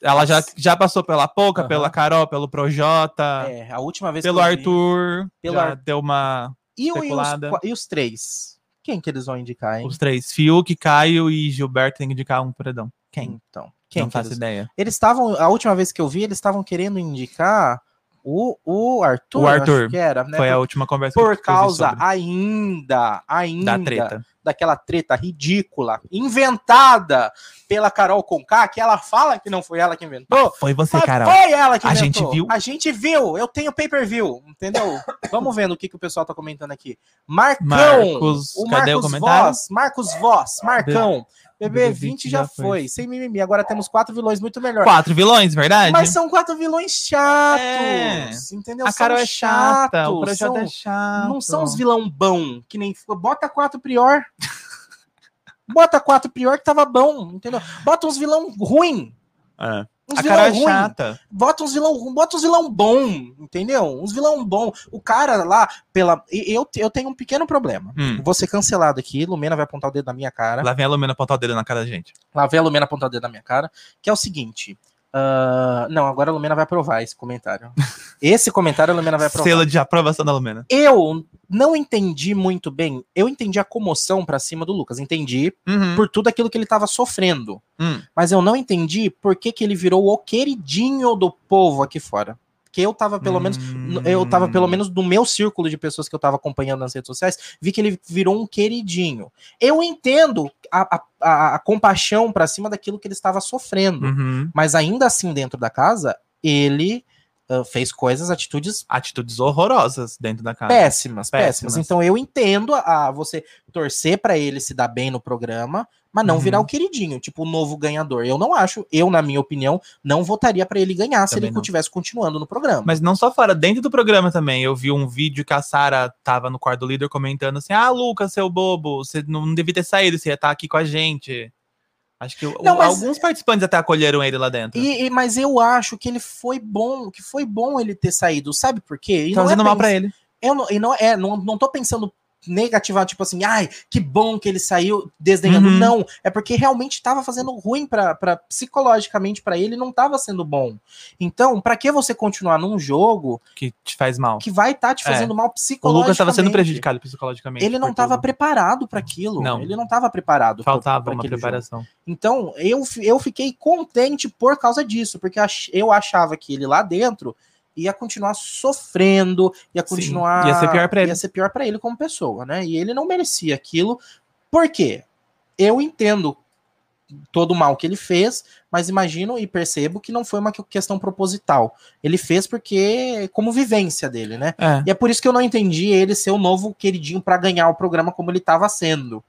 Ela já,
Nossa.
já passou pela Poca,
Aham.
pela Carol, pelo Projota,
É, a última vez
Ah. pelo
que eu vi-
Arthur.
Pelo
já
Ar-
deu uma.
E, o- e os,
Especulada.
qua- e os três? Quem que eles vão indicar, hein?
Os três. Fiuk, Caio e Gilberto tem que indicar um paredão. Quem?
Então, quem
Não
que
faço
eles...
ideia.
Eles estavam, a última vez que eu vi, eles estavam querendo indicar o, o Arthur,
O Arthur.
acho que era, né?
Foi a
por,
última conversa que eu
por
tive
causa
sobre-
ainda, ainda
da treta.
daquela treta ridícula, inventada pela Carol Conká, que ela fala que não foi ela que inventou.
Ah, Foi você,
mas
Carol.
Foi ela que
A
inventou.
gente viu.
A gente viu. Eu tenho pay-per-view, entendeu? Vamos vendo o que, que o pessoal tá comentando aqui. Marcão.
Marcos,
O
cadê o
Marcos
comentário?
Voz, Marcos Voz, Marcão.
BBB
BB20 já foi, sem mimimi. Agora temos quatro vilões muito melhor.
Quatro vilões, verdade?
Mas são quatro vilões chatos, entendeu?
a
São
Carol é chata,
chatos,
o Projota é
são-
chato. É.
Não são os vilão bom, que nem... Bota quatro pior. Bota quatro pior que tava bom, entendeu? Bota uns vilão ruim.
É.
Uns
A
vilão
Carol é
ruim.
chata.
Bota uns vilão, ruim, bota uns vilão bom, entendeu? Uns vilão bom. O cara lá, pela... e- Eu, eu tenho um pequeno problema.
Hum.
Vou ser cancelado aqui, Lumena vai apontar o dedo na minha cara.
Lá vem a Lumena apontar o dedo na cara da gente.
Lá vem a Lumena apontar o dedo na minha cara, que é o seguinte. ah, não, agora a Lumena vai aprovar esse
[laughs]
comentário. Esse comentário a Lumena vai aprovar.
Selo de aprovação da Lumena.
Eu não entendi muito bem. Eu entendi a comoção pra cima do Lucas. Entendi
Por-
por tudo aquilo que ele tava sofrendo.
Uhum. Hum.
Mas eu não entendi por que, que ele virou o queridinho do povo aqui fora. Porque eu tava pelo menos.
Hum.
Eu tava, pelo menos, no meu círculo de pessoas que eu tava acompanhando nas redes sociais, vi que ele virou um queridinho. Eu entendo a, a- a- a compaixão
Hum.
pra cima daquilo que ele estava sofrendo,
Uhum.
mas ainda assim, dentro da casa, ele uh, fez coisas, atitudes
Atitudes horrorosas dentro da
É,
casa.
péssimas, péssimas,
Péssimas.
Então eu entendo a, a você torcer pra ele se dar bem no programa, mas não
Uhum.
virar o queridinho, tipo o novo ganhador. Eu não acho, eu na minha opinião, não votaria pra ele ganhar se
Também
ele
não.
estivesse continuando no programa.
Mas não só fora, dentro do programa também. Eu vi um vídeo que a Sara tava no quarto do líder comentando assim: Ah, Lucas, seu bobo, você não devia ter saído, você ia estar aqui com a gente. Acho que o-
Não, mas-
alguns participantes até acolheram ele lá dentro.
E- e- mas eu acho que ele foi bom, que foi bom ele ter saído, sabe por quê? E não
tá
é
fazendo mal
pens-
pra ele.
Eu não, e não, é, não, não tô pensando negativa, tipo assim, ai, que bom que ele saiu desdenhando.
Uhum.
Não, é porque realmente tava fazendo ruim pra, pra, psicologicamente pra ele, não tava sendo bom. Então, pra que você continuar num jogo
Que te faz mal.
que vai estar te
É.
fazendo mal
O
psicologicamente?
Lucas tava sendo prejudicado psicologicamente.
Ele não
por
tava
tudo.
preparado pra aquilo.
Não.
Ele não tava preparado. pra-
Faltava
pra
uma
aquele jogo.
preparação.
Então, eu, fi- eu fiquei contente por causa disso, porque ach- eu achava que ele lá dentro ia continuar sofrendo, ia
Sim,
continuar.
ia ser pior pra ele.
Ia ser pior pra ele como pessoa, né? E ele não merecia aquilo. Por quê? Eu entendo todo o mal que ele fez, mas imagino e percebo que não foi uma que- questão proposital. Ele fez porque, como vivência dele, né?
É.
E é por isso que eu não entendi ele ser o novo queridinho pra ganhar o programa como ele tava sendo.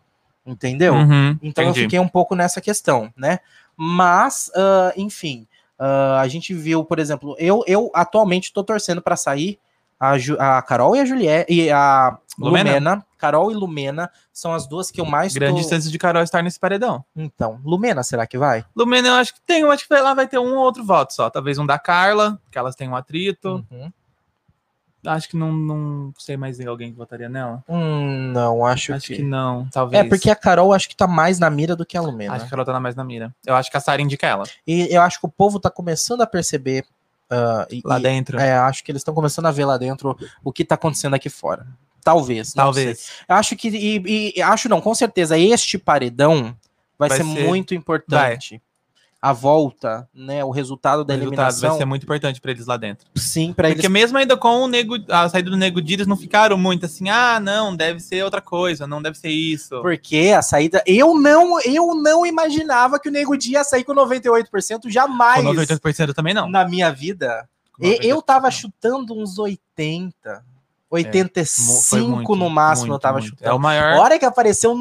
Entendeu?
Uhum,
Então
entendi.
eu fiquei um pouco nessa questão, né? Mas, ah, enfim, ah, a gente viu, por exemplo, eu, eu atualmente tô torcendo para sair a, Ju- a Carol e a Juliette e a Lumena.
Lumena.
Carol e Lumena são as duas que eu mais
Grande
tô...
distância de Carol estar nesse paredão.
Então, Lumena, será que vai?
Lumena, eu acho que tem, eu acho que lá vai ter um ou outro voto só. Talvez um da Carla, que elas têm um atrito.
Uhum.
Acho que não, não sei mais de alguém que votaria nela.
Hum, não, acho,
Acho
que.
que não,
É,
talvez.
porque é, né? a Carol acho que tá mais na mira do que a Lumena.
Acho que ela tá na mais na mira. Eu acho que a Sara indica ela.
E eu acho que o povo tá começando a perceber. ah, e-
Lá
e-
dentro.
É, acho que eles estão começando a ver lá dentro o que tá acontecendo aqui fora. Talvez, não sei.
Talvez.
Acho que. E, e- acho não, com certeza, este paredão vai,
Vai
ser,
ser-
muito importante. A volta, né? O resultado da
O resultado vai
eliminação.
ser muito importante pra eles lá dentro.
Sim, para
Porque
eles.
mesmo ainda com o nego, a saída do Nego Di, eles não ficaram muito assim, ah, não, deve ser outra coisa, não deve ser isso.
Porque a saída. Eu não, eu não imaginava que o Nego Dia ia sair com 98%, jamais
Com 98% também não.
na minha vida.
Com
E- Eu
98%
tava
não.
chutando uns 80,
Mu- foi
85
muito,
no máximo
muito,
eu tava
muito. É
chutando.
o maior,
A hora que apareceu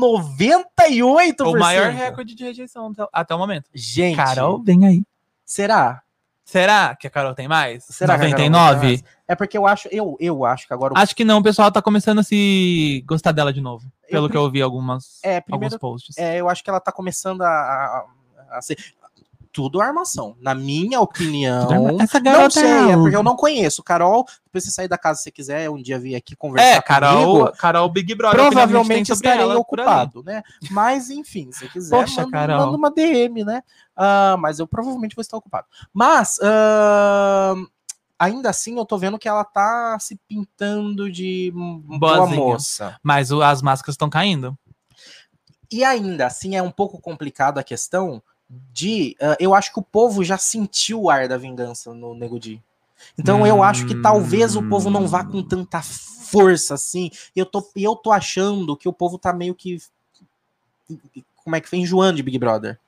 98%.
o maior recorde de rejeição até- até o momento.
Gente,
Carol, vem aí.
será?
Será que a Carol tem mais?
Será que a Carol tem
99?
mais? É porque eu acho, eu, eu acho que agora o
Acho que não, o pessoal tá começando a se gostar dela de novo.
Eu
Pelo
pre-
que eu vi algumas,
É,
alguns
primeiro,
posts.
é, eu acho que ela tá começando a, a- a- a ser. Tudo armação. Na minha opinião.
Essa
Não
garota
sei, é porque eu não conheço. Carol, depois você sair da casa se quiser, um dia vir aqui conversar.
É, Carol,
comigo,
Carol Big Brother. finalmente
provavelmente
tem sobre
estarei
ela é por ali.
ocupado, né? Mas, enfim, se quiser,
Poxa,
manda, um,
Carol.
manda uma DM, né? Ah, mas eu provavelmente vou estar ocupado. Mas, ah, ainda assim, eu tô vendo que ela tá se pintando de boa
Boazinha.
moça.
Mas o- as máscaras estão caindo.
E ainda assim é um pouco complicada a questão de. ah, eu acho que o povo já sentiu o ar da vingança no Nego Di. Então eu acho que talvez o povo não vá com tanta força assim. Eu tô, eu tô achando que o povo tá meio que. Como é que foi? Enjoando de Big Brother.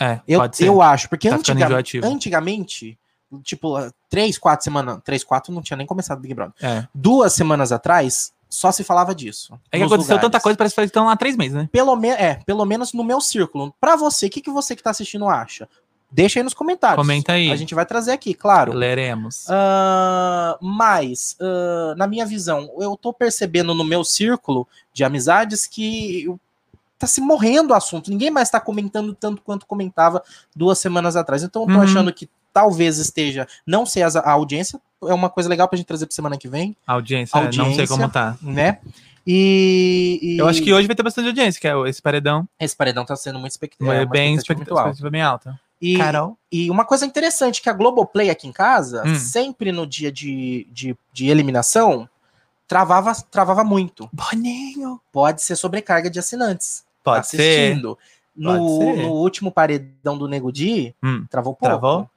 É,
Eu,
pode ser.
eu acho, porque
Tá ficando
antiga-
enjoativo.
antigamente, tipo, ah, três, quatro semanas. Três, quatro não tinha nem começado Big Brother.
É,
Duas semanas atrás, só se falava disso.
É que
nos
aconteceu tanta
lugares.
coisa, parece que eles estão lá há três meses, né?
Pelo menos, é, pelo menos no meu círculo. Pra você, o que, que você que tá assistindo acha? Deixa aí nos comentários.
Comenta aí.
A gente vai trazer aqui, claro.
Leremos.
Ah, mas, ah, na minha visão, eu tô percebendo no meu círculo de amizades que eu- tá se morrendo o assunto. Ninguém mais tá comentando tanto quanto comentava duas semanas atrás. Então, eu tô
Uhum.
achando que talvez esteja, não sei as- a audiência, é uma coisa legal pra gente trazer pra semana que vem,
A audiência, né? não sei
audiência.
como tá.
né? E, e
Eu acho que hoje vai ter bastante audiência, que é esse paredão.
esse paredão tá sendo muito espectacular.
É, bem expectativa, expectativa bem alta.
E,
Carol.
e uma coisa interessante que a Globoplay aqui em casa,
Hum.
sempre no dia de, de, de eliminação, travava, travava muito.
Boninho.
Pode ser sobrecarga de assinantes.
Pode ser.
assistindo. No,
Pode ser.
no último paredão do Nego Di,
Hum.
travou pouco.
Travou?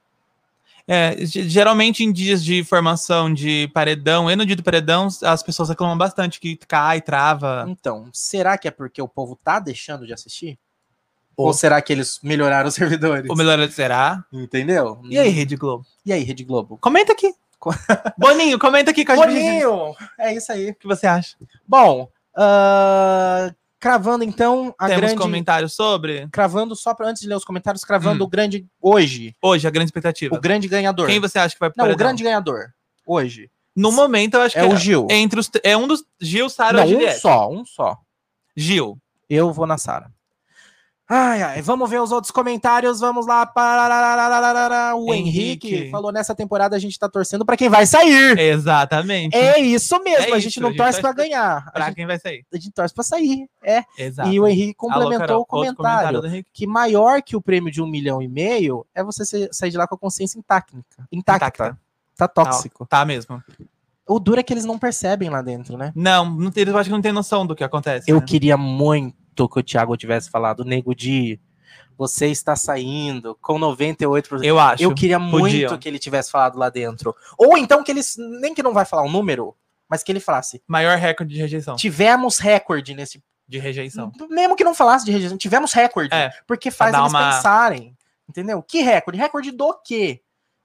É, ge- geralmente em dias de formação de paredão e no dia do paredão, as pessoas reclamam bastante que cai, trava.
Então, será que é porque o povo tá deixando de assistir? Ou será que eles melhoraram os servidores?
Ou melhor, será?
Entendeu?
E aí, Rede Globo?
E aí, Rede Globo? [laughs]
Comenta aqui. Boninho, comenta aqui com a gente
Boninho! É isso aí.
o que você acha.
Bom, ah, cravando então a
Temos
grande.
comentários sobre
Cravando, só pra, antes de ler os comentários, cravando o grande hoje.
hoje a grande expectativa.
O grande ganhador.
Hum. Quem você acha que vai pro
Não, o
paredão?
grande ganhador hoje
No momento, eu acho
é
que
o Gil.
é entre os é um dos Gil, Sara
Não,
ou
um
Juliette.
só, um só.
Gil.
Eu vou na Sara. Ai, ai, vamos ver os outros comentários, vamos lá. Pararararararara. O Henrique.
Henrique.
falou, nessa temporada a gente tá torcendo pra quem vai sair.
Exatamente.
É isso mesmo,
É
a gente
isso,
não
a gente
torce
torce
pra ganhar, a
Pra
gente,
quem vai sair.
a gente torce pra sair, é.
Exato.
E o Henrique
Alô,
complementou
Carol,
o
outro
comentário.
do Henrique.
que maior que o prêmio de um milhão e meio é você se- sair de lá com a consciência intacta. Intacta.
Intacta.
Tá tóxico.
Tá mesmo.
O duro é que eles não percebem lá dentro, né?
Não, não tem- eles acham que não tem noção do que acontece.
Eu
né?
queria muito que o Thiago tivesse falado, nego de você está saindo com 98%.
eu acho.
Eu queria muito
podiam.
que ele tivesse falado lá dentro. Ou então que eles nem que não vai falar um número, mas que ele falasse:
Maior recorde de rejeição.
"Tivemos recorde nesse
De rejeição.
mesmo que não falasse de rejeição, tivemos recorde.
É,
porque faz
dar
eles
uma-
pensarem. Entendeu? Que recorde? Recorde do quê?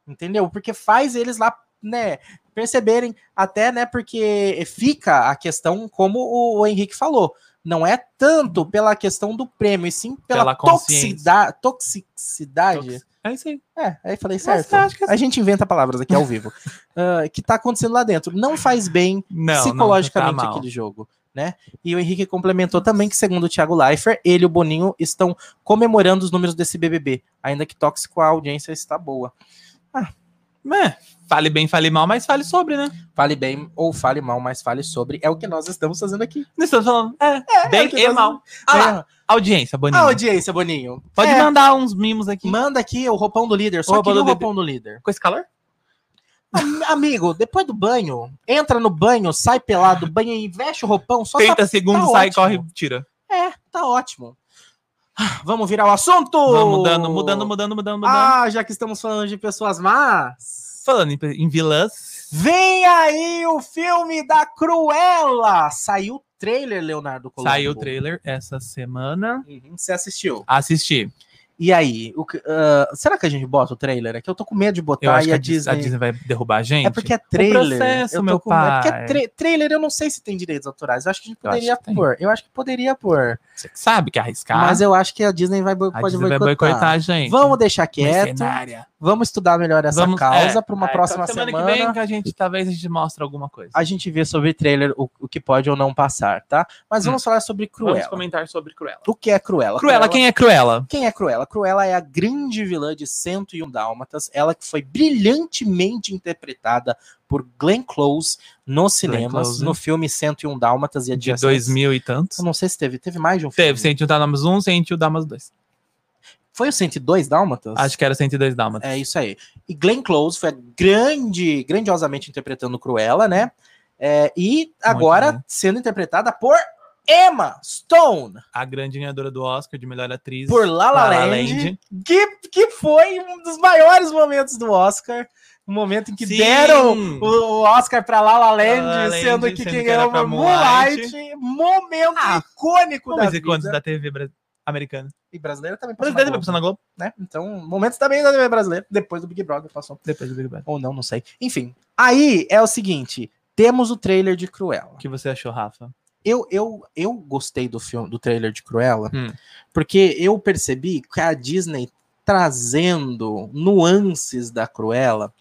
Entendeu? Porque faz eles lá, né, perceberem, até, né, porque fica a questão, como o, o Henrique falou, não é tanto pela questão do prêmio, e sim pela,
Pela
toxida- toxicidade.
Tox- É isso aí.
É, aí falei
Mas tá.
certo.
eu acho que é
A gente inventa palavras aqui ao vivo. Ah, que tá acontecendo lá dentro. Não faz bem
Não, não,
psicologicamente
tá mal.
aquele jogo, né? E o Henrique complementou também que, segundo o Thiago Leifert, ele e o Boninho estão comemorando os números desse BBB, ainda que tóxico a audiência está boa.
É, fale bem, fale mal, mas fale sobre, né?
Fale bem ou fale mal, mas fale sobre. É o que nós estamos fazendo aqui.
Não estamos falando. É,
é o
bem
que
e
nós-
mal. Ah lá, audiência,
É.
bonita.
A audiência, Boninho.
Pode
É,
mandar uns mimos aqui.
Manda aqui o roupão do líder. Só
O roupão
queria o
do líder.
roupão do líder.
Com esse calor?
Am- Amigo, depois do banho, entra no banho, sai pelado, banha e veste o roupão, só
30 segundos, sai,
Tá ótimo.
corre, tira.
sa- É, tá ótimo. Ah, Vamos virar o assunto!
Vamos mudando, mudando, mudando, mudando, mudando.
Oh. Ah, já que estamos falando de pessoas más.
Falando em, em vilãs.
Vem aí o filme da Cruella! Saiu o trailer, Leonardo Colombo.
Saiu o trailer essa semana.
Uhum, você assistiu.
Assisti.
E aí, o que- ah, será que a gente bota o trailer aqui? Eu tô com medo de
Eu
botar e
acho que
a
a Dis- a Disney,
Disney...
vai derrubar a gente.
É porque é trailer.
processo,
eu tô
meu
com medo. É
pai.
porque é tra- trailer, eu não sei se tem direitos autorais. Eu acho que a gente
Eu acho
poderia
que tem.
pôr. Eu acho que poderia pôr.
Você que sabe que é arriscar.
Mas eu acho que a Disney vai, boi-
a
pode
Disney vai
boicotar.
boicotar a gente.
Vamos deixar quieto.
Mercenária.
Vamos estudar melhor essa
Vamos-
causa
é,
para uma
aí,
próxima
então,
semana.
semana que vem que a gente talvez a gente mostre alguma coisa.
a gente vê sobre trailer o, o que pode ou não passar, tá? Mas vamos falar sobre
Hum. Vamos
Cruella.
comentar sobre Cruella.
O que é Cruella?
Cruella, quem é Cruella?
Quem é Cruella? Cruella é a grande vilã de 101 Dálmatas, ela que foi brilhantemente interpretada por Glenn Close nos cinemas,
Close. né?
no filme 101 Dálmatas e a
É De dois mil e tantos.
Eu não sei se teve, teve mais de um filme.
Teve 101 Dálmatas 1, 101 Dálmatas 2.
Foi o 102 Dálmatas?
um Acho que era 102 Dálmatas.
É isso aí. E Glenn Close foi a grande, grandiosamente interpretando Cruella, né? É, e agora
bem.
sendo interpretada por Emma Stone,
A grande ganhadora do Oscar de melhor atriz.
por La La, Land, Que, que foi um dos maiores momentos do Oscar. Um momento em que
Sim.
deram o, o Oscar pra La La Land,
La La Land,
sendo que
sendo
quem
que era
ganhou foi
pra
Moonlight.
Moonlight.
Momento
Ah,
icônico da vida.
Vamos ver quantos da TV bra- americana.
E brasileira também
Mas
passou na
deve
Globo,
passar na Globo.
né? Então, momentos também da TV brasileira. Depois do Big Brother passou.
Depois do Big Brother.
Ou não, não sei. Enfim, aí é o seguinte, temos o trailer de Cruella.
O que você achou, Rafa?
Eu, eu, eu gostei do filme, do trailer de Cruella,
Hum.
porque eu percebi que a Disney trazendo nuances da Cruella,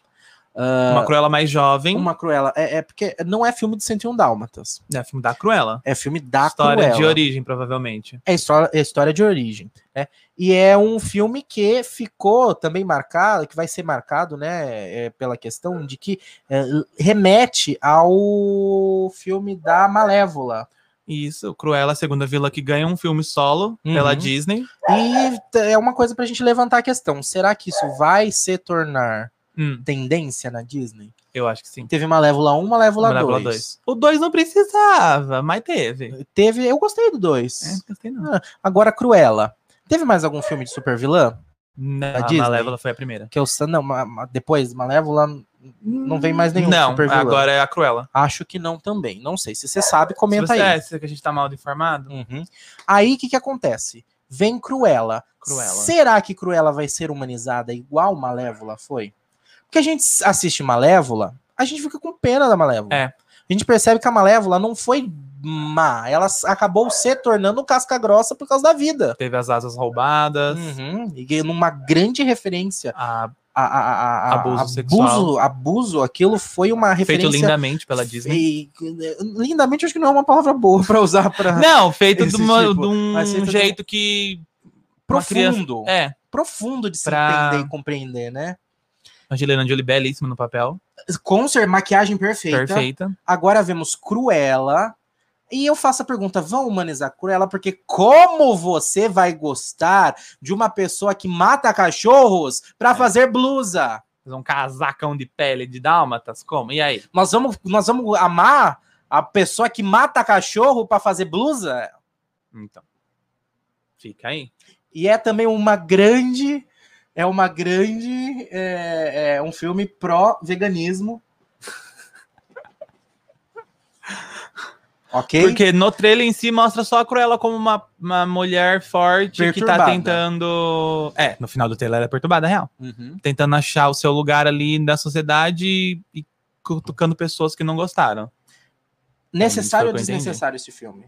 Uma Cruella mais jovem.
Ah, uma Cruella, é, é porque não é filme de 101 Dálmatas,
É filme da Cruella.
é filme da
História
Cruella.
de origem, provavelmente.
É história, é história de origem, né? E é um filme que ficou também marcado, que vai ser marcado, né, é, pela questão de que é, remete ao filme da Malévola.
Isso, Cruella, a segunda vilã que ganha um filme solo
Uhum.
pela Disney.
E t- é uma coisa pra gente levantar a questão, será que isso vai se tornar
Hum,
tendência na Disney?
eu acho que sim.
Teve Malévola 1, Malévola,
Malévola
2.
dois. O 2 não precisava, mas teve.
Teve, eu gostei do 2.
É, não gostei não.
Agora Cruella. Teve mais algum filme de supervilã?
Não,
Da
a
Disney?
Malévola foi a primeira.
Que eu sa- não, ma- ma- depois Malévola Não vem mais nenhum
Não,
supervilã.
agora é a Cruella.
Acho que não também. Não sei. Se você sabe, comenta
Se você,
aí.
É, se a gente tá mal informado.
Uhum. Aí o que, que acontece? Vem Cruella.
Cruella.
Será que Cruella vai ser humanizada igual Malévola foi? Porque a gente assiste Malévola, a gente fica com pena da Malévola.
É.
A gente percebe que a Malévola não foi má, ela acabou se tornando casca grossa por causa da vida.
Teve as asas roubadas,
Uhum, E ganhou uma grande referência
a-
a, a- a- a-
Abuso
abuso,
sexual.
abuso, aquilo foi uma
feito
referência.
lindamente pela Disney.
E- né, lindamente, acho que não é uma palavra boa pra usar pra
Não, feito de,
Esse
uma-
tipo,
de um
mas feito de um-
jeito que. uma criança-
profundo,
É,
profundo de se
Pra-
entender e compreender, né?
Angelina Jolie belíssima no papel.
Com ser maquiagem perfeita.
Perfeita.
Agora vemos Cruella. E eu faço a pergunta: vão humanizar Cruella? Porque como você vai gostar de uma pessoa que mata cachorros
É.
pra fazer blusa?
Fez Um casacão de pele de dálmatas, como? E aí?
Nós vamos, nós vamos amar a pessoa que mata cachorro pra fazer blusa?
Então. Fica aí.
e é também uma grande é uma grande é, é um filme pró veganismo ok
Porque no trailer em si mostra só a Cruella como uma, uma mulher forte que tá
Perturbada.
tentando. É, no final do trailer ela é perturbada, real.
Uhum.
Tentando achar o seu lugar ali na sociedade e, e cutucando pessoas que não gostaram.
necessário
É
ou
isso que eu
desnecessário esse filme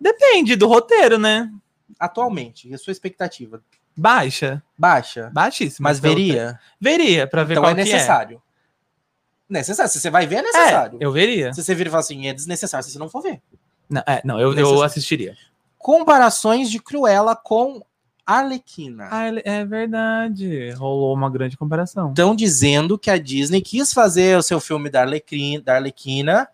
Depende do roteiro, né?
atualmente e a sua expectativa
Baixa.
baixa
Baixíssima.
mas
pelo trailer.
veria
Veria, pra ver
então
qual
é
que é.
necessário necessário se você vai ver é
É,
necessário
eu veria.
se você vira e fala assim é desnecessário se você não for ver
Não, é, não eu, eu
Necessário.
assistiria.
comparações de Cruella com Arlequina
Ah, ele- é verdade. Rolou uma grande comparação.
estão dizendo que a Disney quis fazer o seu filme da, Arlequim, da Arlequina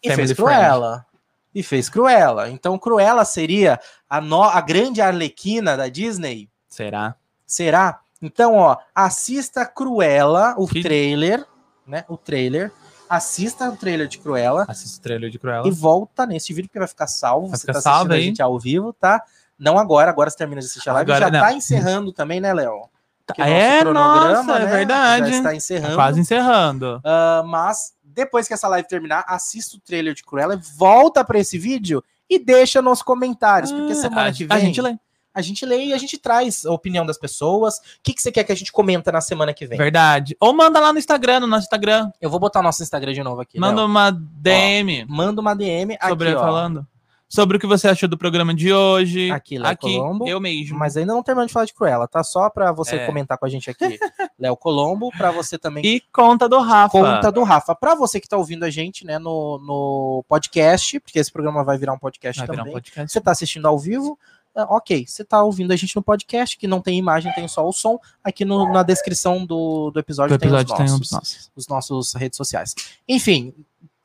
e
Family
fez
Friend.
Cruella. E fez Cruella. Então Cruella seria a, no- a grande Arlequina da Disney?
Será?
Será? Então, ó, assista Cruella, o
Que-
trailer, né? O trailer. Assista o trailer de Cruella
Assista o trailer de Cruella.
e volta nesse vídeo que vai ficar salvo.
Vai
você
ficar
tá assistindo
salvo
a
aí.
gente ao vivo, tá? Não agora, agora você termina de assistir a live.
Agora
já
não.
tá encerrando também, né, Léo? Porque o nosso
é,
cronograma,
nossa, é
né,
verdade.
Já
Tá
está encerrando.
quase encerrando.
Ah, mas depois que essa live terminar, assista o trailer de Cruella, volta pra esse vídeo e deixa nos comentários, porque
Ah,
semana
a,
que vem
a gente lê.
a gente lê e a gente traz a opinião das pessoas. O que, que você quer que a gente comenta na semana que vem?
Verdade. Ou manda lá no Instagram, no nosso Instagram.
Eu vou botar o nosso Instagram de novo aqui.
Manda
Léo.
uma DM
Manda uma DM
sobre
aqui, ó.
falando. Sobre o que você achou do programa de hoje.
Aqui, Léo Colombo.
eu mesmo.
Mas ainda não terminamos de falar de Cruella, tá? Só pra você
Uhum. É.
comentar com a gente
[laughs]
aqui, Léo Colombo, pra você também
E conta do Rafa.
conta do Rafa. Pra você que tá ouvindo a gente, né, no, no podcast, porque esse programa vai virar um podcast
Vai virar um
também.
podcast.
Você está assistindo ao vivo? é, Ok, você está ouvindo a gente no podcast, que não tem imagem, tem só o som. Aqui no- na descrição do, do
O
episódio,
episódio
tem
tem
os
uns
nossos,
nossos.
os nossos redes sociais. Enfim,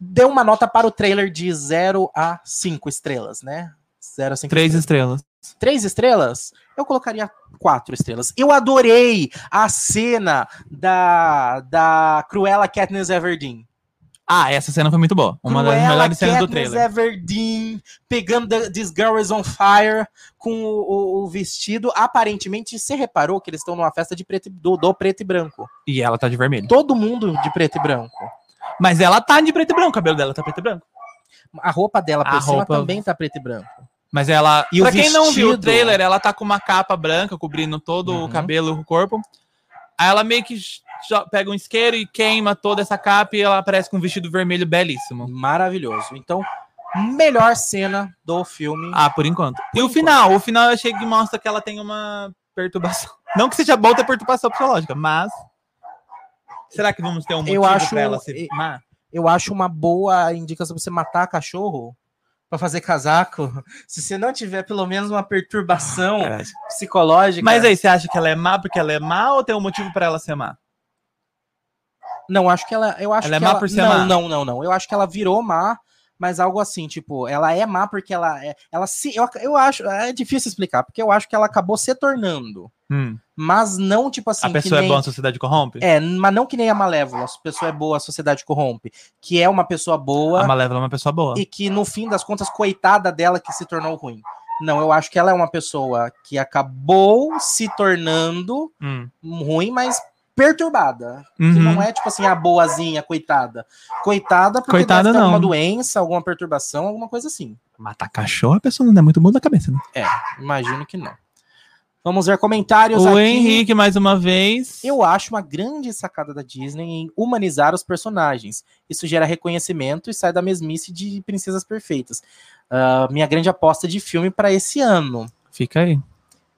dê uma nota para o trailer de 0 a 5 estrelas, né? 0 a 5
Três estrelas.
três estrelas, eu colocaria quatro estrelas. Eu adorei a cena da, da Cruella Katniss Everdeen.
Ah, essa cena foi muito boa. Uma das
Cruella
melhores cenas do
Katniss
trailer.
Everdeen pegando the- This Girl Is On Fire com o, o- o vestido. Aparentemente, você reparou que eles estão numa festa de preto, e- do, do preto e branco.
E ela tá de vermelho.
Todo mundo de preto e branco.
Mas ela tá de preto e branco, o cabelo dela tá preto e branco.
A roupa dela por
A
cima
roupa-
também tá preto e branco.
Mas ela.
E o
pra quem não viu o
vestido?
trailer, ela tá com uma capa branca cobrindo todo
Uhum.
o cabelo e o corpo. Aí ela meio que jo- pega um isqueiro e queima toda essa capa e ela aparece com um vestido vermelho belíssimo.
Maravilhoso. Então, melhor cena do filme.
Ah, por enquanto. e o
enquanto.
final? O final eu achei que mostra que ela tem uma perturbação. [laughs] Não que seja bom ter perturbação psicológica, mas. Será que vamos ter um motivo
Eu acho-
pra ela se má?
eu acho uma boa indicação pra você matar cachorro pra fazer casaco. [laughs] Se você não tiver pelo menos uma perturbação psicológica.
Ah, Mas aí, você acha que ela é má porque ela é má ou tem um motivo pra ela ser má?
não acho que ela, eu acho
Ela é
que
má por ser
não,
má?
não, não, não. Eu acho que ela virou má, mas algo assim, tipo, ela é má porque ela é, ela se eu, eu acho, é difícil explicar, porque eu acho que ela acabou se tornando,
Hum.
mas não tipo assim
a pessoa
que nem,
é boa, a sociedade corrompe?
é, mas não que nem a Malévola, a pessoa é boa, a sociedade corrompe, que é uma pessoa boa,
A Malévola é uma pessoa boa.
e que no fim das contas, coitada dela que se tornou ruim. Não, eu acho que ela é uma pessoa que acabou se tornando
Hum.
ruim, mas perturbada. Que
Uhum.
não é tipo assim, a boazinha, coitada. Coitada porque
Coitada,
deve ter
não.
alguma doença, alguma perturbação, alguma coisa assim.
Matar cachorro, a pessoa não é muito boa da cabeça, né?
Imagino que não. Vamos ver comentários
O
aqui.
Henrique, mais uma vez.
Eu acho uma grande sacada da Disney em humanizar os personagens. Isso gera reconhecimento e sai da mesmice de Princesas Perfeitas. Ah, minha grande aposta de filme para esse ano.
Fica aí.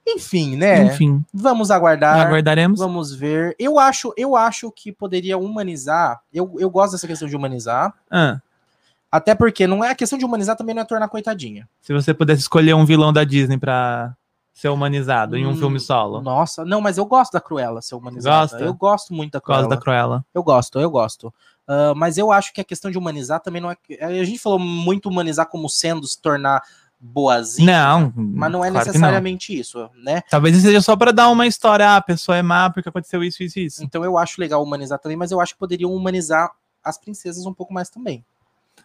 Enfim, né?
Enfim,
Vamos aguardar.
aguardaremos.
Ah, Vamos ver. Eu acho, eu acho que poderia humanizar. Eu, eu gosto dessa questão de humanizar.
Ah,
Até porque não é a questão de humanizar também não é tornar coitadinha.
se você pudesse escolher um vilão da Disney pra ser humanizado em um
Hum,
filme solo.
Nossa, não, mas eu gosto da Cruella ser humanizada.
Gosta?
Eu gosto muito da
Por causa
Cruella.
é da Cruella.
Eu gosto, eu gosto. Ah, mas eu acho que a questão de humanizar também não é. A gente falou muito humanizar como sendo se tornar boazinha,
Não,
mas não é
claro que
necessariamente isso, né?
Talvez seja só pra dar uma história. Ah, a pessoa é má porque aconteceu isso, isso, isso.
Então eu acho legal humanizar também, mas eu acho que poderiam humanizar as princesas um pouco mais também.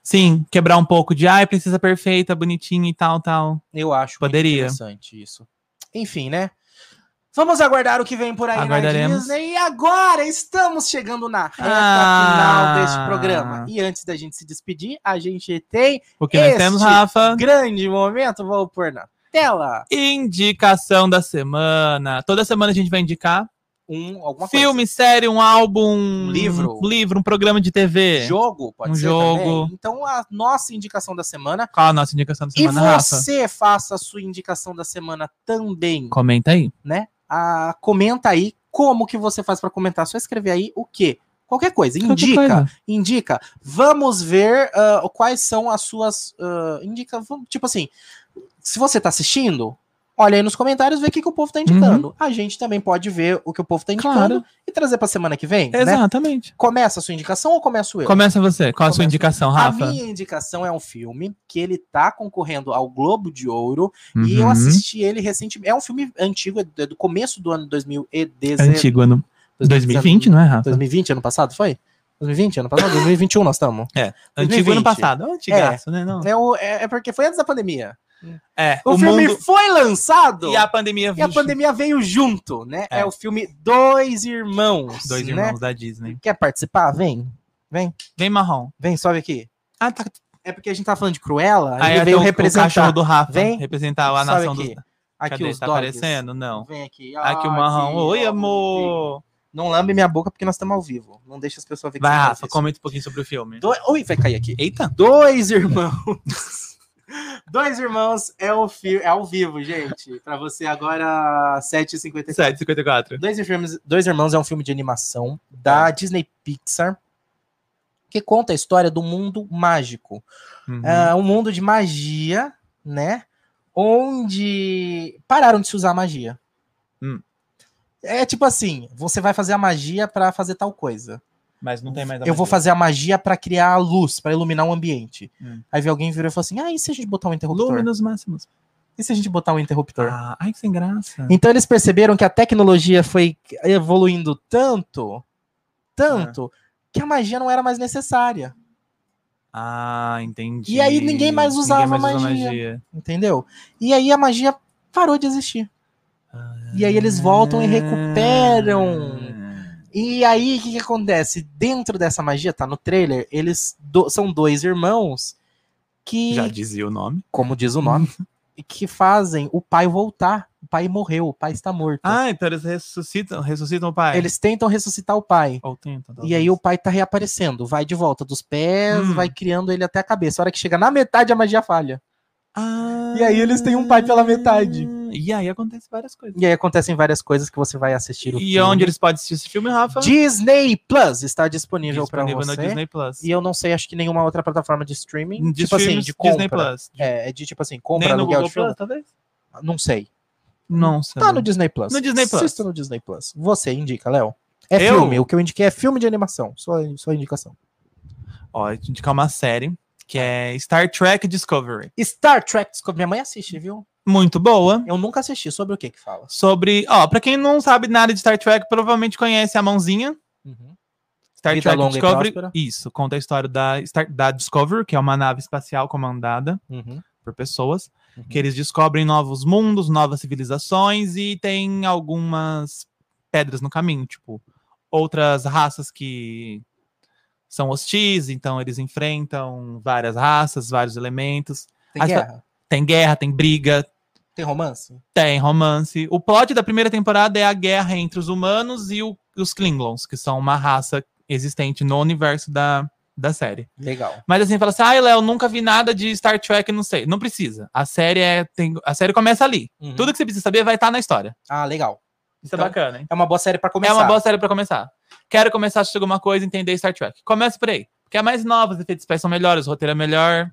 Sim, quebrar um pouco de. Ai, princesa perfeita, bonitinha e tal, tal.
Eu acho muito
Poderia.
interessante isso. Enfim, né? Vamos aguardar o que vem por aí na
Aguardaremos.
Disney. E agora estamos chegando na reta
Ah.
final deste programa. E antes da gente se despedir, a gente tem
O que nós
Este-
temos, Rafa?
grande momento. Vou pôr na tela.
Indicação da semana. Toda semana a gente vai indicar
um alguma
filme, série, um álbum,
Um livro.
um livro, um programa de TV.
coisa. jogo pode
Um
ser
jogo.
também. Então a nossa indicação da semana
Qual a nossa indicação da semana,
e
Rafa?
você faça a sua indicação da semana também.
Comenta aí.
Ah, comenta aí como que você faz para comentar, só escrever aí o quê? Qualquer coisa, indica,
Qualquer coisa.
indica. Vamos ver ah, quais são as suas ah, indica, vamos- tipo assim, se você tá assistindo, olha aí nos comentários, vê o que, que o povo tá indicando. A gente também pode ver o que o povo tá indicando
Uhum. Claro.
e trazer para semana que vem, né?
Exatamente.
Começa a sua indicação ou começo eu?
Começa você. Qual a sua
Começa.
indicação,
A
Rafa?
minha indicação é um filme que ele tá concorrendo ao Globo de Ouro e eu
Uhum.
assisti ele recentemente. É um filme antigo, é do é do começo do ano 2019.
Antigo ano. 2020, não é, Rafa?
2020, ano passado, foi? 2020, ano passado? 2021 nós estamos.
Antigo
2020.
ano passado. É um antigaço, né? Não.
É, o- é- é porque foi antes da pandemia.
É,
O,
o,
filme
mundo...
foi lançado
E a pandemia...
e a pandemia veio junto, né? É,
É.
o filme Dois Irmãos.
Dois
né?
irmãos da Disney.
Quer participar? Vem,
Bem marrom.
vem, sobe aqui.
Ah, tá.
É porque a gente tá falando de Cruella, aí,
Aí,
ele veio
veio o, o cachorro
representar
do Rafa.
Vem.
Representar a
Sobe
nação
aqui.
dos...
aqui
Cadê?
os
Tá
dogs. Ah,
aparecendo? Não.
Vem aqui.
Aqui o marrom. Oi, amor.
Não lambe minha boca porque nós estamos ao vivo. Não deixa as pessoas verem que
Vai,
você faz
Rafa,
isso.
comenta um pouquinho sobre o filme.
Doi- Ui, vai cair aqui.
Eita.
Dois irmãos. [laughs] Dois irmãos é, o fi... é ao vivo, gente. Pra você agora, 7h54.
7,54.
Dois, Irmãos- Dois Irmãos é um filme de animação da Disney Pixar que conta a história do mundo mágico.
Uhum.
É um mundo de magia, né? Onde pararam de se usar magia.
Hum.
É tipo assim, você vai fazer a magia pra fazer tal coisa.
Mas não tem mais a
Eu vou
magia.
fazer a magia pra criar a luz, pra iluminar o ambiente.
Hum.
Aí vem alguém e virou e falou assim: "Ah, e se a gente botar um interruptor?
Lúminos máximos.
E se a gente botar um interruptor?"
Ah, ai, que sem graça.
Então eles perceberam que a tecnologia foi evoluindo tanto, tanto, que a magia não era mais necessária.
Ah, entendi.
E aí ninguém mais usava
usa
magia. Entendeu? E aí a magia parou de existir. E aí eles voltam e recuperam.
Ah.
E aí o que, que acontece? Dentro dessa magia, tá no trailer, eles do- são dois irmãos que,
Já dizia o nome.
como diz o
[laughs]
nome, que fazem o pai voltar. O pai morreu, o pai está morto.
Ah, então eles ressuscitam, ressuscitam o pai.
Eles tentam ressuscitar o pai.
Ou tentam,
E aí o pai tá reaparecendo, vai de volta dos pés,
Hum.
vai criando ele até a cabeça. A hora que chega na metade, a magia falha.
Ah.
E aí eles têm um pai pela metade.
E aí acontece várias coisas.
E aí acontecem várias coisas que você vai assistir o
E
filme.
onde eles podem assistir esse filme, Rafa?
Disney Plus está disponível, pra
Disponível
você.
no Disney Plus.
E eu não sei, acho que nenhuma outra plataforma de streaming.
De
tipo assim,
filmes
de compra.
Disney Plus.
É, é de tipo assim, compra,
Nem no
aluguel
Google
de filme.
Plus, talvez?
Não sei.
Não sei.
Tá no Disney Plus.
No Disney Plus.
Assista no Disney Plus. Você indica, Léo. É
Eu?
filme. O que eu indiquei é filme de animação. Sua, sua indicação.
Ó, eu te indicar uma série que é Star Trek Discovery.
Star Trek Discovery. Minha mãe assiste, viu?
Muito boa.
Eu nunca assisti. Sobre o que que fala?
Sobre. Ó, pra quem não sabe nada de Star Trek, provavelmente conhece a mãozinha. Uhum, Star
Vida
Trek
longa e
Discovery.
próspera.
Isso, conta a história da, Star- da Discovery, que é uma nave espacial comandada por pessoas,
Uhum.
que eles descobrem novos mundos, novas civilizações e tem algumas pedras no caminho, tipo outras raças que são hostis, então eles enfrentam várias raças, vários elementos.
Tem
As-
guerra.
Tem guerra, tem briga,
Tem romance?
Tem romance. O plot da primeira temporada é a guerra entre os humanos e o- os Klingons, que são uma raça existente no universo da, da série.
Legal.
Mas assim, fala assim: ai, Léo, nunca vi nada de Star Trek, não sei. Não precisa. A série, é, tem, a série começa ali.
Uhum.
Tudo que você precisa saber vai estar na história.
Ah, legal.
Isso
Então,
é bacana, hein?
É uma boa série pra começar.
É uma boa série pra começar. Quero começar a assistir alguma coisa e entender Star Trek. Começa por aí. Porque é mais nova, os efeitos especiais são melhores, o roteiro é melhor.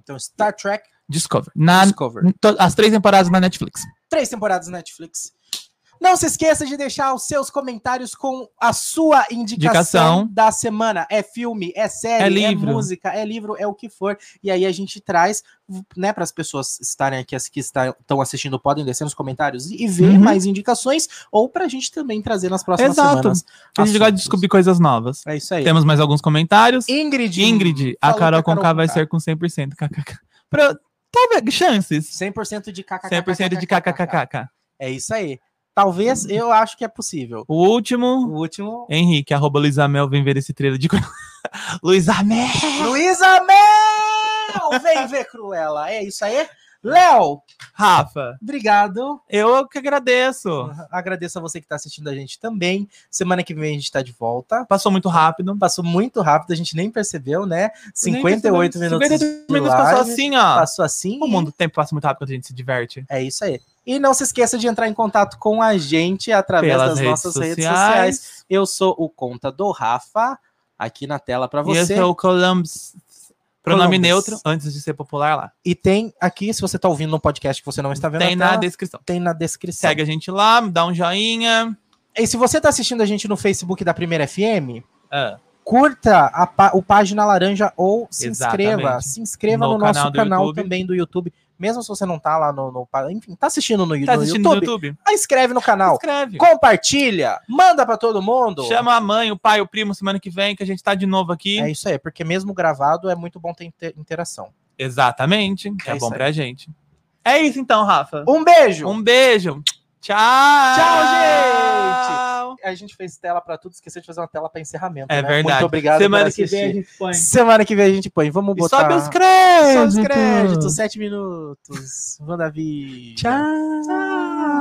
Então, Star Trek
Discover. Na,
Discovery.
to- as três temporadas na Netflix.
Três temporadas na Netflix. Não se esqueça de deixar os seus comentários com a sua indicação,
Indicação.
da semana. É filme, é série, é,
É livro.
música, é livro, é o que for. E aí a gente traz, né, para as pessoas estarem aqui, as que está- estão assistindo, podem descer nos comentários e, e ver
Uhum.
mais indicações, ou para a gente também trazer nas próximas
Exato.
semanas.
A gente gosta de
assuntos.
descobrir coisas novas.
É isso aí.
Temos mais alguns comentários.
Ingrid.
Ingrid, a
falou
Carol
que a
com
Carol
K vai
Conká.
ser com 100%. KKK. Pro- Talvez chances.
100% de kkk.
100% de KKKK.
É isso aí. Talvez, eu acho que é possível.
O
O
último,
último.
Henrique, arroba Luiz Amel, vem ver esse trailer de. [laughs] Luiz Amel!
Luísa Mel! Vem ver Cruella. É isso aí. Léo,
Rafa,
obrigado.
eu que agradeço.
Agradeço a você que está assistindo a gente também. Semana que vem a gente está de volta.
Passou muito rápido.
Passou muito rápido, a gente nem percebeu, né? 58
Nem
minutos.
58
de
minutos
live,
passou assim, ó.
Passou assim.
O mundo do tempo passa muito rápido quando a gente se diverte.
É isso aí. E não se esqueça de entrar em contato com a gente através das nossas redes sociais. Eu sou o Conta do Rafa, aqui na tela para
E
você.
esse é o Columbus. Pronome
Columbus.
neutro, antes de ser popular lá.
E tem aqui, se você tá ouvindo no podcast que você não está Tá vendo
Tem
na
na
tela,
descrição.
tem na descrição.
Segue a gente lá, dá um joinha.
E se você tá assistindo a gente no Facebook da Primeira FM,
Ah,
curta a pá- o Página Laranja ou se
Exatamente.
inscreva. Se inscreva no,
No
nosso canal,
canal do YouTube.
também do YouTube. Mesmo se você não tá lá no... no pa- enfim, tá assistindo no,
tá
no
assistindo
YouTube,
no YouTube?
ah, inscreve no
Se
canal.
inscreve.
Compartilha, manda para todo mundo.
Chama a mãe, o pai, o primo semana que vem, que a gente tá de novo aqui.
É isso aí, porque mesmo gravado é muito bom ter inter- interação.
Exatamente. que
É
É,
isso
bom
aí.
pra gente. É isso então, Rafa.
Um beijo!
Um beijo. Tchau.
Tchau, A gente fez tela para tudo, esqueceu de fazer uma tela para encerramento.
É
né?
verdade.
Muito obrigado
Semana
por
que vem a
assistir.
gente põe.
Semana que vem a gente põe. Vamos
E
botar.
sobe os
Sobe
créditos.
os créditos. Sete minutos. Vandavi.
Tchau.